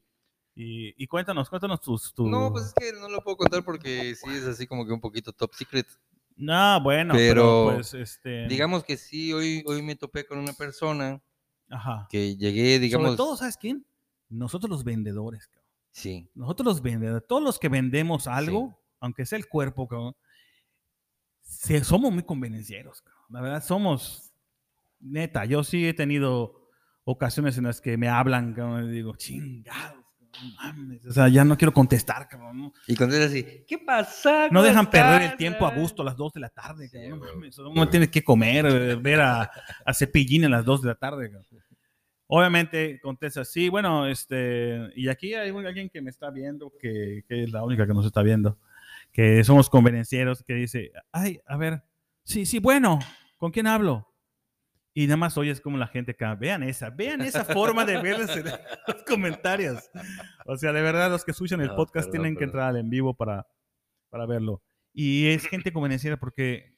S1: y, y cuéntanos, cuéntanos tus... tus-
S2: No, pues es que no lo puedo contar porque sí es así como que un poquito top secret.
S1: No, bueno, pero,
S2: pero,
S1: pues, este...
S2: Digamos que sí, hoy, hoy me topé con una persona
S1: Ajá.
S2: que llegué, digamos...
S1: Sobre todo, ¿sabes quién? Nosotros los vendedores, cabrón.
S2: Sí.
S1: nosotros los vendedores, todos los que vendemos algo, aunque sea el cuerpo, cabrón, se- somos muy convenencieros. cabrón. La verdad, somos, neta, yo sí he tenido ocasiones en las que me hablan, cabrón, y digo, chingados, cabrón, no mames", o sea, ya no quiero contestar, cabrón. ¿no?
S2: Y contesta así, ¿qué pasa?
S1: No
S2: ¿Cómo
S1: dejan perder el
S2: estás?"
S1: tiempo a gusto a las 2 de la tarde.
S2: Sí,
S1: cabrón, no
S2: güey.
S1: mames, uno tiene que comer, eh, ver a, a Cepillín a las 2 de la tarde. cabrón. Obviamente contesta, sí, bueno, este, y aquí hay un- alguien que me está viendo, que, que es la única que nos está viendo, que somos convenencieros, que dice, ay, a ver, sí, sí, bueno, ¿con quién hablo? Y nada más oyes como la gente acá, vean esa, vean esa forma de verles en los comentarios. O sea, de verdad, los que escuchan el
S2: No,
S1: podcast
S2: perdón,
S1: tienen que
S2: perdón.
S1: entrar al en vivo para, para verlo. Y es gente convenenciera porque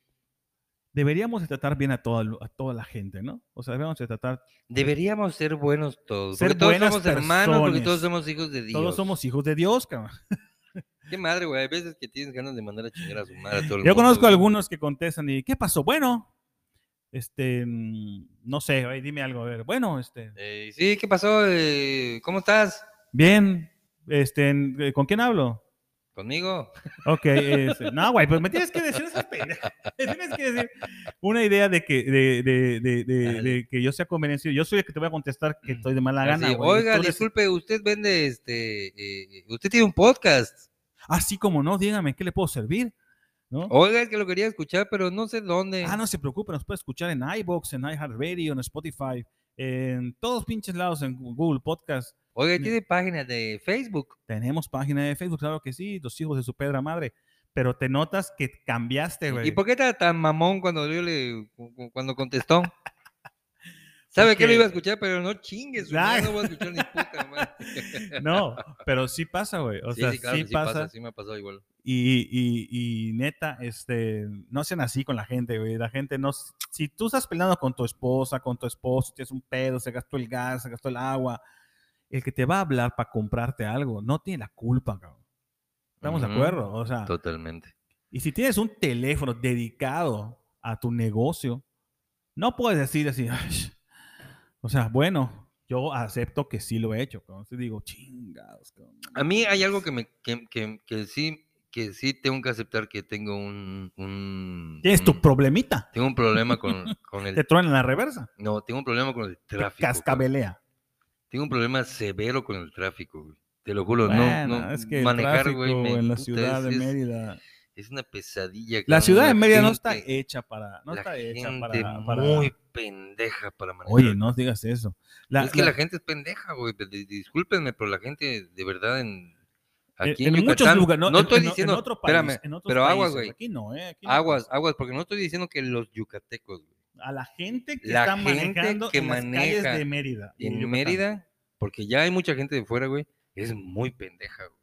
S1: deberíamos de tratar bien a toda, lo- a toda la gente, ¿no? O sea, deberíamos de tratar,
S2: Deberíamos ser buenos todos.
S1: Ser
S2: porque todos
S1: buenas
S2: somos hermanos, porque
S1: personas.
S2: todos somos hijos de Dios.
S1: todos somos hijos de Dios, cabrón.
S2: Qué madre, güey. Hay veces que tienes ganas de mandar a chingar a su madre a todo el
S1: Yo
S2: mundo,
S1: conozco
S2: güey.
S1: algunos que contestan y, ¿qué pasó? Bueno, este, mm, no sé, ay, dime algo, a ver, bueno, este,
S2: Eh, sí, ¿qué pasó? Eh, ¿Cómo estás?
S1: bien, este, en- eh, ¿con quién hablo?
S2: ¿Conmigo?
S1: Ok, este, no, güey, pues me tienes que decir esas pendejadas. Me tienes que decir una idea de que, de, de, de, de- de que yo sea convencido. Yo soy el que te voy a contestar que estoy de mala
S2: Así,
S1: gana, güey.
S2: Oiga,
S1: Tú eres-
S2: disculpe, usted vende este. eh, usted tiene un podcast.
S1: Así como no, dígame, ¿qué le puedo servir? ¿No?
S2: Oiga, es que lo quería escuchar, pero no sé dónde.
S1: Ah, no se preocupe, nos puede escuchar en iBox, en iHeartRadio, en Spotify, en todos pinches lados, en Google Podcast.
S2: Oiga, tiene páginas de Facebook.
S1: Tenemos página de Facebook, claro que sí, los hijos de su pedra madre. Pero te notas que cambiaste, güey.
S2: ¿Y por qué está tan mamón cuando yo le cu- cu- cuando contestó? Sabe que lo
S1: Porque-
S2: iba a escuchar, pero no chingues, güey,
S1: Ay.
S2: no voy a escuchar ni puta, madre.
S1: No, pero sí pasa, güey. O
S2: Sí,
S1: sea,
S2: sí, claro
S1: sí,
S2: que sí
S1: pasa.
S2: sí me ha pasado igual.
S1: Y, y- y neta, este, no sean así con la gente, güey. La gente no. Si tú estás peleando con tu esposa, con tu esposo, tienes un pedo, se gastó el gas, se gastó el agua, el que te va a hablar para comprarte algo no tiene la culpa, cabrón. ¿Estamos de
S2: Ujú.
S1: acuerdo? O sea,
S2: Totalmente.
S1: y si tienes un teléfono dedicado a tu negocio, no puedes decir así, "Ay, o sea, bueno, yo acepto que sí lo he hecho. Entonces digo, chingados. cabrón".
S2: A mí hay algo que me que, que- que sí que sí tengo que aceptar que tengo un, un-
S1: Tienes tu
S2: un-
S1: problemita.
S2: tengo un problema con, con
S1: Te
S2: el
S1: truenan la reversa.
S2: no, tengo un problema con el
S1: te
S2: tráfico. pues. cabrón.
S1: cascabelea.
S2: Tengo un problema severo con el tráfico, güey. Te lo juro, no,
S1: Bueno,
S2: no
S1: es que el
S2: manejar,
S1: tráfico
S2: güey, me-
S1: en la
S2: puta,
S1: ciudad
S2: es-
S1: de
S2: es-
S1: Mérida.
S2: Es una pesadilla.
S1: la
S2: cabrón,
S1: ciudad de Mérida no está
S2: gente-
S1: hecha para, no
S2: la
S1: está hecha
S2: gente
S1: para, para-
S2: muy pendeja para manejar.
S1: Oye, no digas eso. La-
S2: es que la,
S1: la-
S2: gente es pendeja, güey. pe- di- Discúlpenme, pero la gente de verdad en aquí
S1: en,
S2: en,
S1: en muchos
S2: Yucatán,
S1: lugares,
S2: no,
S1: en-
S2: estoy
S1: en- en
S2: diciendo,
S1: otro país,
S2: espérame,
S1: en otros
S2: pero aguas,
S1: países,
S2: güey.
S1: Aquí no, eh, aquí no.
S2: Aguas, aguas, porque no estoy diciendo que los yucatecos, güey.
S1: a la gente que
S2: La
S1: está
S2: gente
S1: manejando
S2: que
S1: en las calles
S2: maneja
S1: de Mérida. y
S2: En
S1: Yucatán.
S2: Mérida, porque ya hay mucha gente de fuera, güey, es muy pendeja, güey.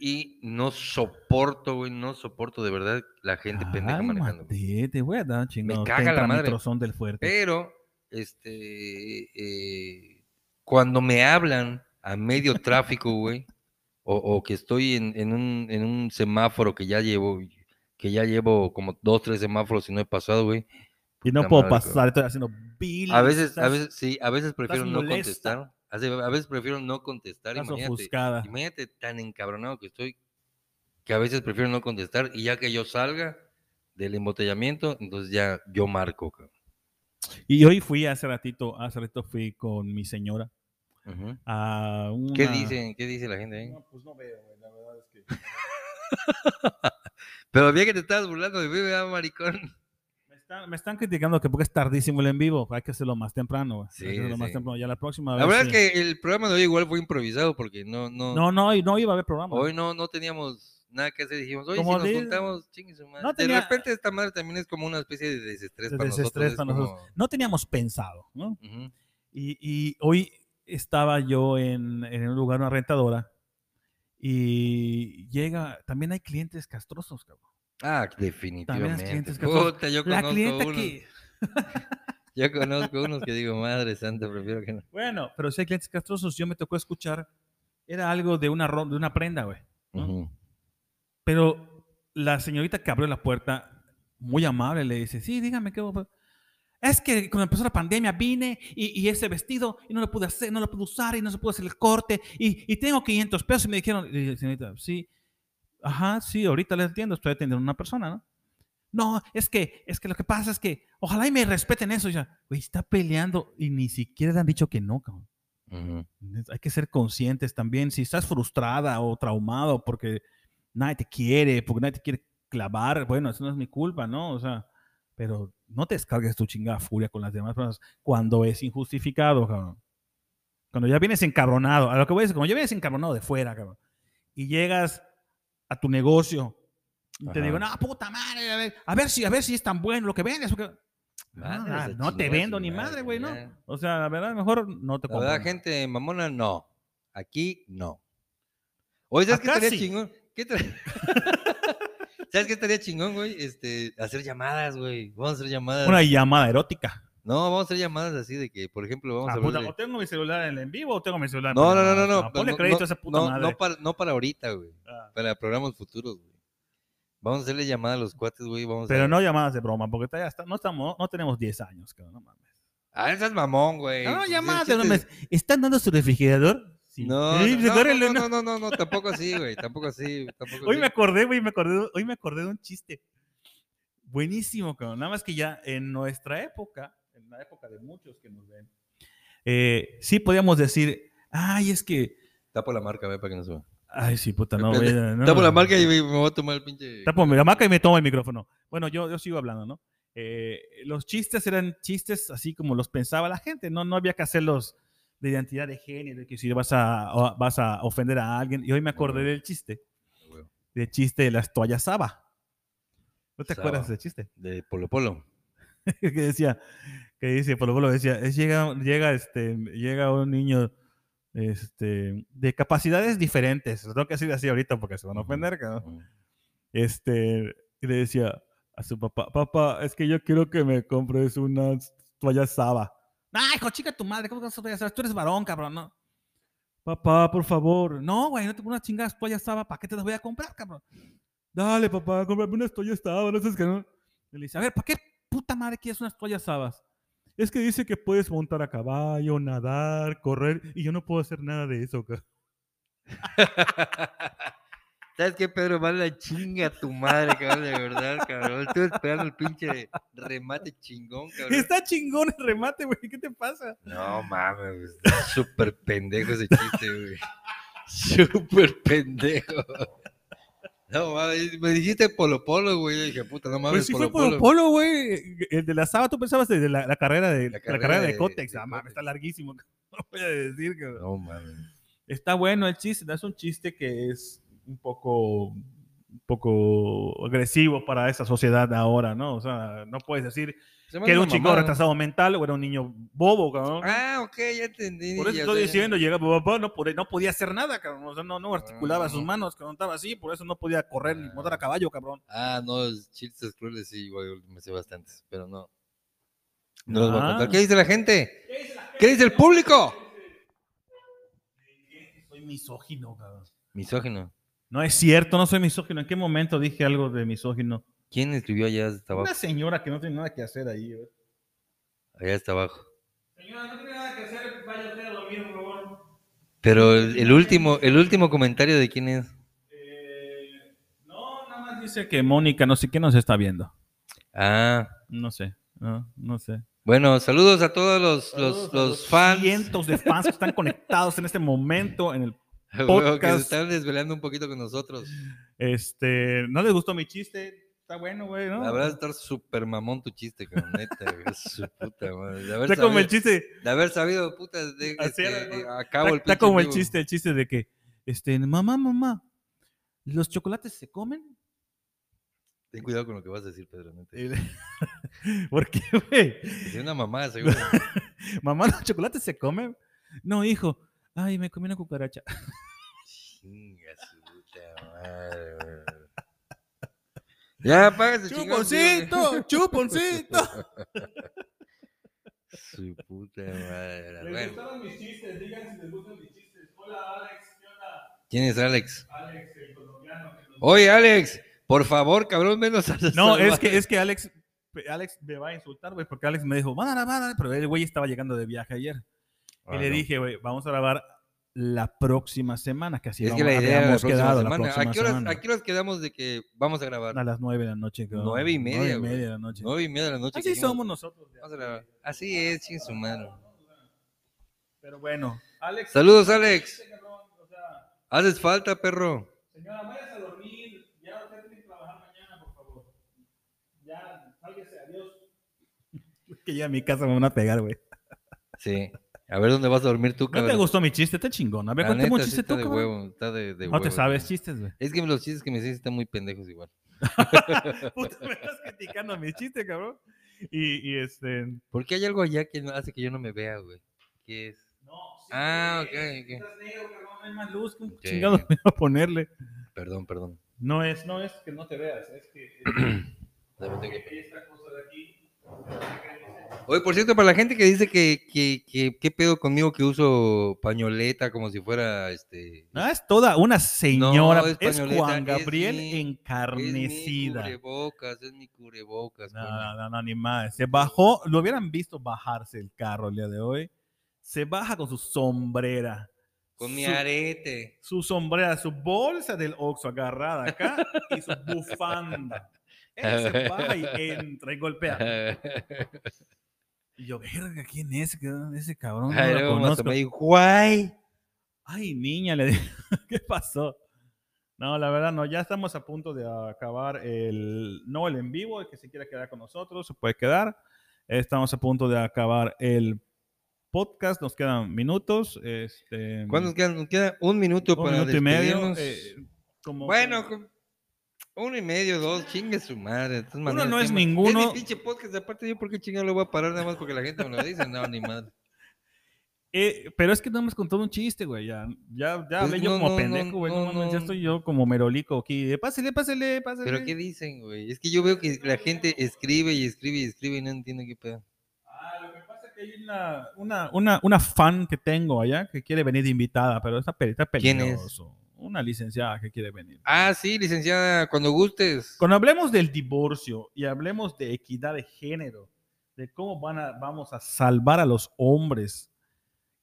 S2: Y no soporto, güey, no soporto de verdad la gente pendeja manejando. güey.
S1: Cálmate, te voy a dar un chingado.
S2: caga
S1: te entra mi
S2: la madre.
S1: trozón del fuerte.
S2: Pero, este, eh, cuando me hablan a medio tráfico, güey, o, o que estoy en, en un, en un semáforo que ya llevo, que ya llevo como dos, tres semáforos y no he pasado, güey.
S1: y no
S2: puta
S1: puedo
S2: madre,
S1: pasar, estoy haciendo bill.
S2: A veces, a veces, sí, a veces prefiero no
S1: molesta.
S2: contestar. A veces- a veces prefiero no contestar,
S1: estás
S2: imagínate.
S1: ofuscada.
S2: Imagínate tan encabronado que estoy, que a veces prefiero no contestar y ya que yo salga del embotellamiento, entonces ya yo marco. cabrón.
S1: Y hoy fui hace ratito, hace ratito fui con mi señora
S2: Ujú.
S1: a una...
S2: ¿Qué dice, ¿Qué dice la gente ahí?
S1: pues no veo, güey, la verdad es que...
S2: Pero bien que te estabas burlando de mí, ¿verdad, maricón?
S1: Me están, me están criticando que porque es tardísimo el en vivo, hay que hacerlo más temprano, güey. hay
S2: Sí,
S1: que hacerlo más
S2: sí.
S1: temprano. Ya la próxima
S2: La
S1: vez
S2: verdad
S1: sí.
S2: es que el programa de hoy igual fue improvisado porque no, no,
S1: No, no, y no iba a haber programa.
S2: hoy no, no teníamos nada que hacer. Dijimos, oye, si
S1: Como
S2: nos
S1: de-
S2: juntamos, chingue su madre.
S1: No
S2: De
S1: tenía-
S2: repente esta madre también es como una especie de desestrés
S1: De
S2: para
S1: desestrés
S2: nosotros. es
S1: para nosotros.
S2: como-
S1: No teníamos pensado, ¿no?
S2: Ujú.
S1: Y, y hoy estaba yo en, en un lugar, una rentadora, y llega, también hay clientes castrosos, cabrón.
S2: Ah, definitivamente.
S1: clientes que todos-
S2: Puta, yo
S1: La
S2: conozco
S1: clienta
S2: unos.
S1: que...
S2: Yo conozco unos que digo, madre santa, prefiero que no.
S1: Bueno, pero si hay clientes castrosos, yo me tocó escuchar, era algo de una, ro- de una prenda, güey. ¿no?
S2: Ujú.
S1: Pero la señorita que abrió la puerta, muy amable, le dice, sí, dígame qué... puedo-?" Es que cuando empezó la pandemia vine y, y ese vestido y no lo pude hacer, no lo pude usar y no se pudo hacer el corte y, y tengo 500 pesos y me dijeron, y la señorita, sí, ajá, sí, ahorita le entiendo, estoy atendiendo a una persona, ¿no? No, es que, es que lo que pasa es que ojalá y me respeten eso. Y yo, güey, está peleando y ni siquiera le han dicho que no, cabrón.
S2: Ujú.
S1: ¿Entiendes? Hay que ser conscientes también. Si estás frustrada o traumado porque nadie te quiere, porque nadie te quiere clavar, bueno, eso no es mi culpa, ¿no? O sea, pero no te descargues tu chingada furia con las demás personas cuando es injustificado, cabrón. Cuando ya vienes encabronado, a lo que voy a decir, cuando ya vienes encabronado de fuera, cabrón, y llegas a tu negocio y te
S2: Ajá.
S1: digo, no, puta madre, a ver, a ver si, a ver si es tan bueno lo que vendes. o qué".
S2: Madres,
S1: Ah,
S2: a
S1: no te
S2: chingar
S1: vendo
S2: su
S1: ni madre,
S2: madre,
S1: güey, ¿no?
S2: ya.
S1: O sea, la verdad, mejor no te
S2: La verdad,
S1: compro.
S2: gente mamona, no. Aquí, no. Oye, ¿sabes qué
S1: Acá
S2: estaría
S1: sí.
S2: chingón? ¿Qué tra- ¿Sabes qué estaría chingón, güey? Este, hacer llamadas, güey. Vamos a hacer llamadas.
S1: Una llamada erótica.
S2: No, vamos a hacer llamadas así de que, por ejemplo, vamos
S1: Ah,
S2: a hablar
S1: puta,
S2: de-
S1: o tengo mi celular en el en vivo o tengo mi celular.
S2: No,
S1: para-
S2: no, no, no,
S1: para-
S2: no.
S1: Ponle
S2: no,
S1: crédito
S2: no,
S1: a esa puta
S2: no,
S1: madre.
S2: No para, no para ahorita, güey.
S1: Ah,
S2: Para programas futuros, güey. Vamos a hacerle llamada a los cuates, güey. Vamos a...
S1: Pero no llamadas de broma, porque todavía está- no, estamos, no tenemos 10 años, cabrón, no mames.
S2: Ah, esas mamón, güey.
S1: No,
S2: Pues,
S1: llamadas
S2: el
S1: de
S2: chiste
S1: broma.
S2: es-
S1: es, ¿Están dando su refrigerador? Sí.
S2: No,
S1: Sí,
S2: no,
S1: córrele,
S2: no, pues,
S1: ¿no?
S2: no, no, no, no, tampoco así, güey. Tampoco así. Tampoco
S1: Hoy
S2: así.
S1: me acordé, güey, me acordé, hoy me acordé de un chiste. Buenísimo, cabrón. Nada más que ya en nuestra época, en la época de muchos que nos ven, eh, sí podíamos decir, ay, es que,
S2: Tapo la marca, güey, para que no suba.
S1: ay, sí, puta, no,
S2: Depende.
S1: güey, no,
S2: Tapo la
S1: no.
S2: marca y me voy a tomar el pinche.
S1: Tapo la marca y me tomo el micrófono. Bueno, yo, yo sigo hablando, ¿no? eh, los chistes eran chistes así como los pensaba la gente, no, no había que hacerlos de identidad de género, que si vas a, o- vas a ofender a alguien. Y hoy me acordé
S2: huevo.
S1: del chiste,
S2: A huevo.
S1: del chiste de las toallas Saba. ¿No te
S2: Saba.
S1: acuerdas del chiste?
S2: De Polo Polo.
S1: que decía, que dice, por lo menos decía, es llega, llega, este, llega un niño este, de capacidades diferentes. Lo tengo que decir así ahorita porque se van a
S2: Ujú.
S1: ofender, cabrón.
S2: Ujú.
S1: Este, y le decía a su papá, papá, es que yo quiero que me compres una toalla Saba. Ay, hijo, chica tu madre, ¿cómo que vas a toalla Saba? Tú eres varón, cabrón, ¿no? Papá, por favor. No, güey, no tengo unas chingadas toallas Saba, ¿para qué te las voy a comprar, cabrón? Dale, papá, cómprame unas toallas Saba, no seas que no. Y le dice, a ver, ¿para qué puta madre quieres unas toallas Sabas? Es que dice que puedes montar a caballo, nadar, correr, y yo no puedo hacer nada de eso, cabrón.
S2: ¿Sabes qué, Pedro? Vale la chinga a tu madre, cabrón, de verdad, cabrón. Estoy esperando el pinche remate chingón, cabrón.
S1: Está chingón el remate, güey, ¿qué te pasa?
S2: No mames, güey, está súper pendejo ese chiste, güey. Súper pendejo. No mames, me dijiste Polo Polo, güey. Yo dije, puta, no
S1: Pues
S2: mames,
S1: sí
S2: Polo
S1: fue Polo
S2: Polo.
S1: Polo, güey. El de la Saba, tú pensabas de la, la carrera de la carrera, de, Cotex.
S2: de
S1: Ah, mames,
S2: Cotex.
S1: está larguísimo. No voy a decir, cabrón.
S2: No mames.
S1: Está bueno el chiste, ¿no? es un chiste que es un poco, un poco agresivo para esa sociedad ahora, ¿no? O sea, no puedes decir
S2: Se me
S1: que
S2: hace
S1: era
S2: una
S1: un chico
S2: mamada.
S1: retrasado mental o era un niño bobo, cabrón.
S2: Ah, ok, ya entendí.
S1: Por eso
S2: ya
S1: estoy
S2: sé. Ah.
S1: diciendo, llega papá, no, podía- no podía hacer nada, cabrón. O sea, no, no articulaba sus manos, cabrón, estaba así, por eso no podía correr ni montar a caballo, cabrón.
S2: Ah, no, los chistes crueles sí, igual me sé bastantes, pero no. No los voy a
S1: Ah.
S2: contar. ¿Qué dice la gente? ¿Qué dice el público?
S1: Soy misógino, cabrón.
S2: Misógino.
S1: No es cierto, no soy misógino. ¿En qué momento dije algo de misógino?
S2: ¿Quién escribió allá hasta abajo?
S1: Una señora que no tiene nada que hacer ahí. ¿eh? güey.
S2: Allá hasta abajo.
S1: Señora, no tiene nada que hacer, vaya usted a dormir, por favor.
S2: Pero el, el último, el último comentario de quién es.
S1: Eh, no, nada más dice que Mónica, no sé qué nos está viendo.
S2: Ah,
S1: No sé, no, no sé.
S2: bueno, saludos a todos los, los,
S1: Saludos a
S2: los fans.
S1: Cientos de fans que están conectados en este momento en el
S2: Huevo, que se
S1: podcast.
S2: están desvelando un poquito con nosotros.
S1: este, no les gustó mi chiste. Está bueno, güey, ¿no?
S2: La verdad, estar súper mamón tu chiste, cabrón, neta, güey, su puta madre. De haber,
S1: está como
S2: sabido,
S1: el chiste.
S2: de haber sabido, puta, de,
S1: Así era,
S2: este,
S1: ¿no?
S2: acabo
S1: Está-
S2: el
S1: está
S2: pinche
S1: como
S2: en
S1: el
S2: vivo.
S1: chiste, el chiste de que, este, mamá, mamá, ¿los chocolates se comen?
S2: Ten cuidado con lo que vas a decir, Pedro. neta.
S1: Y le- ¿Por qué, güey?
S2: Es una mamá, seguro.
S1: Mamá, ¿los chocolates se comen? No, hijo. Ay, me comí una cucaracha.
S2: Chinga su puta madre, güey. Ya, apágase,
S1: ¡Chuponcito!
S2: Su puta madre. Bueno,
S1: gustaron mis chistes? Digan si les gustan mis chistes. Hola, Alex. ¿Qué onda?
S2: ¿quién es Alex?
S1: Alex, el colombiano.
S2: Oye, Alex, por favor, cabrón, menos a
S1: No, es que, es que Alex, Alex me va a insultar, güey, porque Alex me dijo, van a grabar, pero el güey estaba llegando de viaje ayer.
S2: Ah,
S1: Y le dije, güey, vamos a grabar la próxima semana, que así
S2: es que la
S1: vamos-
S2: idea era la
S1: habíamos
S2: próxima
S1: quedado
S2: semana.
S1: la próxima
S2: ¿A, qué horas,
S1: semana.
S2: ¿A qué horas quedamos de que vamos a grabar?
S1: A las nueve de la noche. creo.
S2: Nueve y media,
S1: Nueve y
S2: güey.
S1: media de la noche.
S2: Nueve y media de la noche.
S1: Así
S2: que dijimos,
S1: somos nosotros.
S2: vamos a grabar. Ah, Así es, sin su madre.
S1: Pero bueno. Alex,
S2: Saludos, Alex.
S1: cabrón, o sea,
S2: Haces falta, perro.
S1: señora, vayas a dormir. Ya usted tiene que trabajar mañana, por favor. Ya, sálguese, adiós. que ya a mi casa me van a pegar, güey.
S2: Sí. A ver dónde vas a dormir tú,
S1: No
S2: cabrón.
S1: te gustó mi chiste, está chingón. A ver,
S2: La
S1: cuéntame un
S2: neta, sí
S1: chiste
S2: está
S1: tú,
S2: de
S1: cabrón.
S2: huevo, está de, de
S1: No te
S2: huevo,
S1: sabes
S2: cabrón.
S1: chistes, güey.
S2: Es que los chistes que me hiciste están muy pendejos igual.
S1: Puta, me estás criticando mi chiste, cabrón. Y, y este.
S2: Porque hay algo allá que no- hace que yo no me vea, güey. ¿Qué es?
S1: No,
S2: Ah, ok, ok.
S1: Estás negro, cabrón, no hay más luz. ¿Cómo
S2: Ok.
S1: chingado me voy a ponerle?
S2: Perdón, perdón.
S1: No es, no es que no te veas, es que.
S2: Dame, tengo-
S1: esta cosa de aquí.
S2: Oye, por cierto, para la gente que dice que, que, que- qué pedo conmigo que uso pañoleta como si fuera este.
S1: Ah, es toda una señora.
S2: es
S1: es
S2: pañoleta,
S1: Juan Gabriel
S2: es mi-
S1: encarnecida.
S2: Es mi cubrebocas, es mi cubrebocas.
S1: No,
S2: pues, coño.
S1: no, no, no, ni más. Se bajó, lo hubieran visto bajarse el carro el día de hoy. Se baja con su sombrera.
S2: Con mi
S1: su-
S2: arete.
S1: su sombrera, su bolsa del Oxxo agarrada acá y su bufanda. Él se baja y entra y golpea. Y yo, verga, ¿quién es? cabrón? Ese cabrón no
S2: Ay,
S1: lo
S2: luego me
S1: conozco.
S2: asomé y, guay.
S1: Ay, niña, le dije, ¿qué pasó? No, la verdad no, ya estamos a punto de acabar el, no el en vivo, el que se quiera quedar con nosotros, se puede quedar. Estamos a punto de acabar el podcast, nos quedan minutos. Este,
S2: ¿Cuántos quedan? Nos queda un minuto
S1: un
S2: para
S1: minuto y medio.
S2: despedirnos.
S1: eh, como-
S2: bueno, con- uno y medio, dos, chingue su madre. de todas maneras,
S1: no es
S2: siempre-
S1: ninguno.
S2: Es mi pinche podcast, aparte yo por qué chingado lo voy a parar nada más porque la gente me lo dice, no, ni madre.
S1: eh, pero es que no hemos contado un chiste, güey. Ya, ya, ya
S2: Pues
S1: hablé yo
S2: no,
S1: como
S2: no,
S1: pendejo,
S2: no,
S1: güey. no
S2: no,
S1: mames, ya
S2: no.
S1: estoy yo como merolico aquí. de, Pásale, pásale, pásale.
S2: Pero ¿qué dicen, güey? Es que yo veo que la gente escribe y escribe y escribe y no entiendo qué pedo.
S1: Ah, lo que pasa es que hay una, una, una, una fan que tengo allá que quiere venir de invitada, pero está, pe- está
S2: ¿Quién es?
S1: peligroso. Una licenciada que quiere venir.
S2: Ah, sí, licenciada, cuando gustes.
S1: Cuando hablemos del divorcio y hablemos de equidad de género, de cómo van a- vamos a salvar a los hombres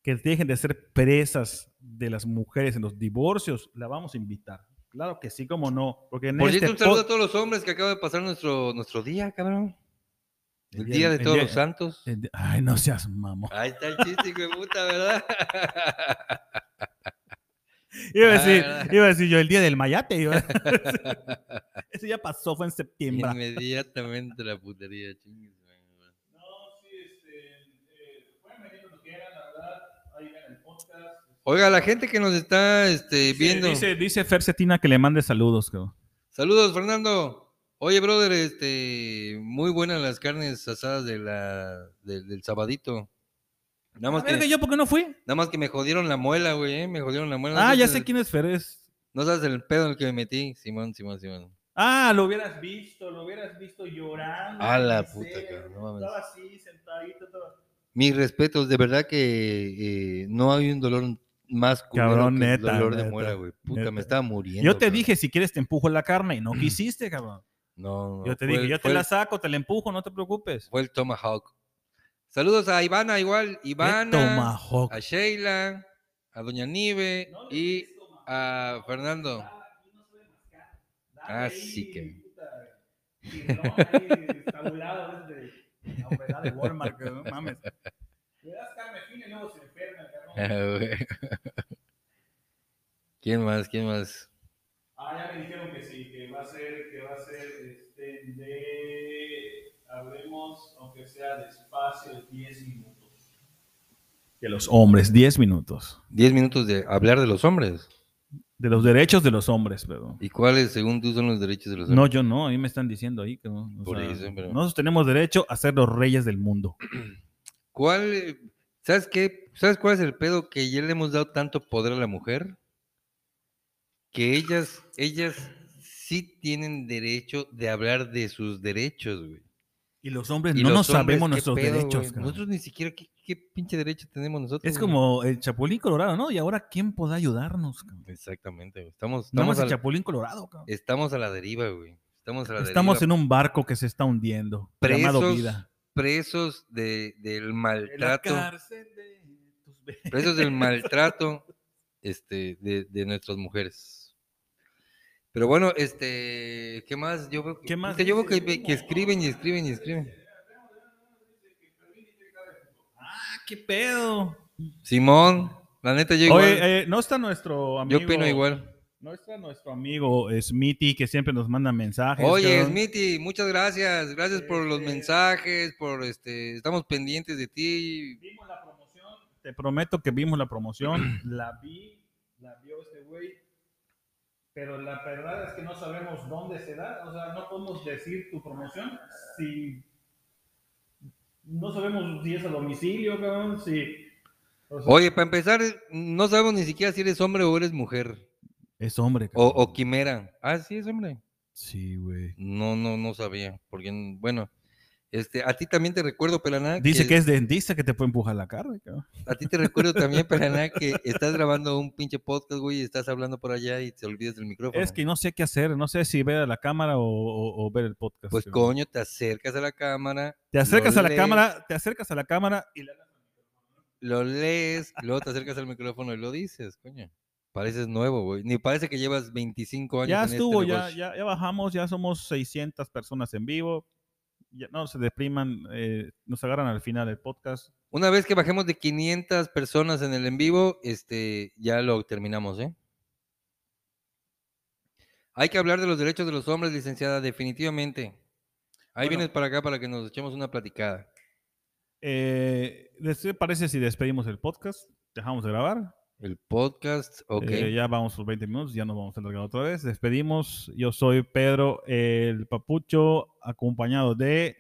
S1: que dejen de ser presas de las mujeres en los divorcios, la vamos a invitar. Claro que sí, como no. Porque en
S2: Por
S1: este
S2: cierto, un saludo
S1: pod-
S2: a todos los hombres que acaba de pasar nuestro, nuestro día, cabrón. El,
S1: El
S2: día,
S1: día-
S2: de
S1: el
S2: todos
S1: día-
S2: los santos.
S1: el de- Ay, no seas mamo.
S2: Ahí está el chiste, hijo de puta, ¿verdad?
S1: Iba a decir,
S2: Ah.
S1: iba a decir yo el día del mayate. iba a- Eso ya pasó, fue en septiembre.
S2: Inmediatamente la putería, chingues, güey.
S1: No, sí, este, eh, pueden venir cuando quieran, la verdad. Ahí ven el podcast.
S2: Oiga, la gente que nos está este,
S1: Dice-
S2: viendo.
S1: Dice, dice Fer Cetina que le mande saludos, cabrón.
S2: Saludos, Fernando. Oye, brother, este, muy buenas las carnes asadas de la, de- del sabadito. Nada más,
S1: A ver,
S2: que,
S1: que yo, ¿por qué no fui?
S2: nada más que me jodieron la muela, güey, ¿eh? me jodieron la muela.
S1: Ah,
S2: No
S1: ya
S2: sabes-
S1: sé quién es Férez.
S2: No sabes el pedo en el que me metí, Simón, Simón, Simón.
S1: Ah, lo hubieras visto, lo hubieras visto llorando.
S2: A la
S1: en
S2: puta,
S1: miseria.
S2: cabrón, no mames.
S1: Estaba así, sentadito, todo.
S2: Mis respetos, de verdad que eh, no hay un dolor más culero
S1: Cabrón,
S2: que el
S1: neta,
S2: dolor
S1: neta,
S2: de muela, güey. Puta,
S1: neta.
S2: me estaba muriendo.
S1: Yo te
S2: cabrón.
S1: dije, si quieres te empujo la carne y no quisiste, cabrón.
S2: No, no,
S1: Yo te
S2: fue-
S1: dije, yo te
S2: fue-
S1: la saco, te la empujo, no te preocupes.
S2: Fue el Tomahawk. Saludos a Ivana igual, Ivana,
S1: Tomahawk.
S2: a Sheila, a Doña Nive y a Fernando. Ah, sí que- ¿Quién más? ¿Quién más?
S1: Ah, ya me dijeron que sí, que va a ser, que va a ser este, de. Hablemos, aunque sea despacio, 10 minutos. De los hombres, 10 minutos.
S2: Diez minutos de hablar de los hombres.
S1: De los derechos de los hombres, perdón.
S2: ¿Y cuáles, según tú, son los derechos de los
S1: No,
S2: hombres?
S1: yo no, ahí me están diciendo ahí que no. o
S2: Por
S1: sea,
S2: eso, pero-
S1: Nosotros tenemos derecho a ser los reyes del mundo.
S2: ¿Cuál? eh, ¿Sabes qué? ¿Sabes cuál es el pedo que ya le hemos dado tanto poder a la mujer? Que ellas, ellas sí tienen derecho de hablar de sus derechos, güey.
S1: Y los hombres
S2: Y
S1: no
S2: los
S1: nos
S2: hombres,
S1: sabemos
S2: ¿qué
S1: nuestros
S2: pedo,
S1: derechos.
S2: güey?
S1: cabrón.
S2: Nosotros ni siquiera, ¿qué, qué pinche derecho tenemos nosotros?
S1: Es
S2: güey?
S1: como el Chapulín Colorado, ¿no? Y ahora, ¿quién podrá ayudarnos? cabrón?
S2: Exactamente, güey.
S1: Nada
S2: Estamos, estamos,
S1: más
S2: a
S1: el
S2: la,
S1: Chapulín Colorado, cabrón.
S2: estamos a la deriva, güey. Estamos a la
S1: Estamos en
S2: deriva.
S1: un barco que se está hundiendo. Llamado
S2: Presos
S1: vida.
S2: Presos de- del maltrato.
S1: cárcel de tus be-
S2: Presos del maltrato este, de, de nuestras mujeres. Pero bueno, este, ¿qué más? Yo veo que,
S1: ¿Qué más
S2: puta, yo veo que,
S1: dice?
S2: que escriben y escriben y escriben.
S1: Ah, qué pedo.
S2: Simón, la neta, yo igual.
S1: Oye, eh, no está nuestro amigo.
S2: yo opino igual.
S1: No está nuestro amigo Smithy que siempre nos manda mensajes.
S2: Oye,
S1: cabrón.
S2: Smithy, muchas gracias. Gracias por los
S1: Este-
S2: mensajes, por este, estamos pendientes de ti.
S1: Vimos la promoción. Te prometo que vimos la promoción. la vi, la vio este güey. Pero la verdad es que no sabemos dónde se da. O sea, no podemos decir tu promoción si. No sabemos si es a domicilio, cabrón. Si. o sea-
S2: Oye, para empezar, no sabemos ni siquiera si eres hombre o eres mujer.
S1: Es hombre,
S2: O,
S1: cabrón.
S2: o quimera. Ah, sí, es hombre.
S1: Sí, güey.
S2: No, no, no sabía. Porque, bueno, este, a ti también te recuerdo, Pelaná.
S1: Dice que es dentista que te puede empujar la carne, cabrón.
S2: A ti te recuerdo también, Pelaná, que estás grabando un pinche podcast, güey, y estás hablando por allá y te olvidas del micrófono.
S1: Es que no sé qué hacer. No sé si ver a la cámara o, o- o ver el podcast.
S2: Pues
S1: cabrón.
S2: coño, te acercas a la cámara.
S1: Te acercas
S2: lo
S1: a la
S2: lees,
S1: cámara, te acercas a la cámara y la...
S2: lo lees, luego te acercas al micrófono y lo dices, coño. Pareces nuevo, güey. Ni parece que llevas 25 años.
S1: ya
S2: en este
S1: estuvo, ya,
S2: negocio.
S1: ya, ya bajamos, ya somos 600 personas en vivo. Ya, no se depriman, eh, nos agarran al final del podcast.
S2: Una vez que bajemos de 500 personas en el en vivo, este, ya lo terminamos, ¿eh? Hay que hablar de los derechos de los hombres, licenciada, definitivamente. Ahí
S1: Bueno.
S2: vienes para acá para que nos echemos una platicada.
S1: Eh, ¿les parece si despedimos el podcast? Dejamos de grabar.
S2: El podcast, ok.
S1: Eh, ya vamos por 20 minutos, ya nos vamos a alargar otra vez. Despedimos. Yo soy Pedro el Papucho, acompañado de.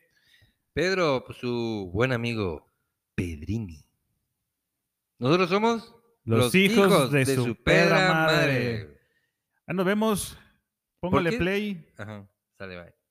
S2: Pedro, pues, su buen amigo Pedrini. Nosotros somos
S1: Los hijos de su pedra madre. Ah, Nos vemos. Póngale
S2: qué?
S1: play.
S2: Ajá, sale, bye.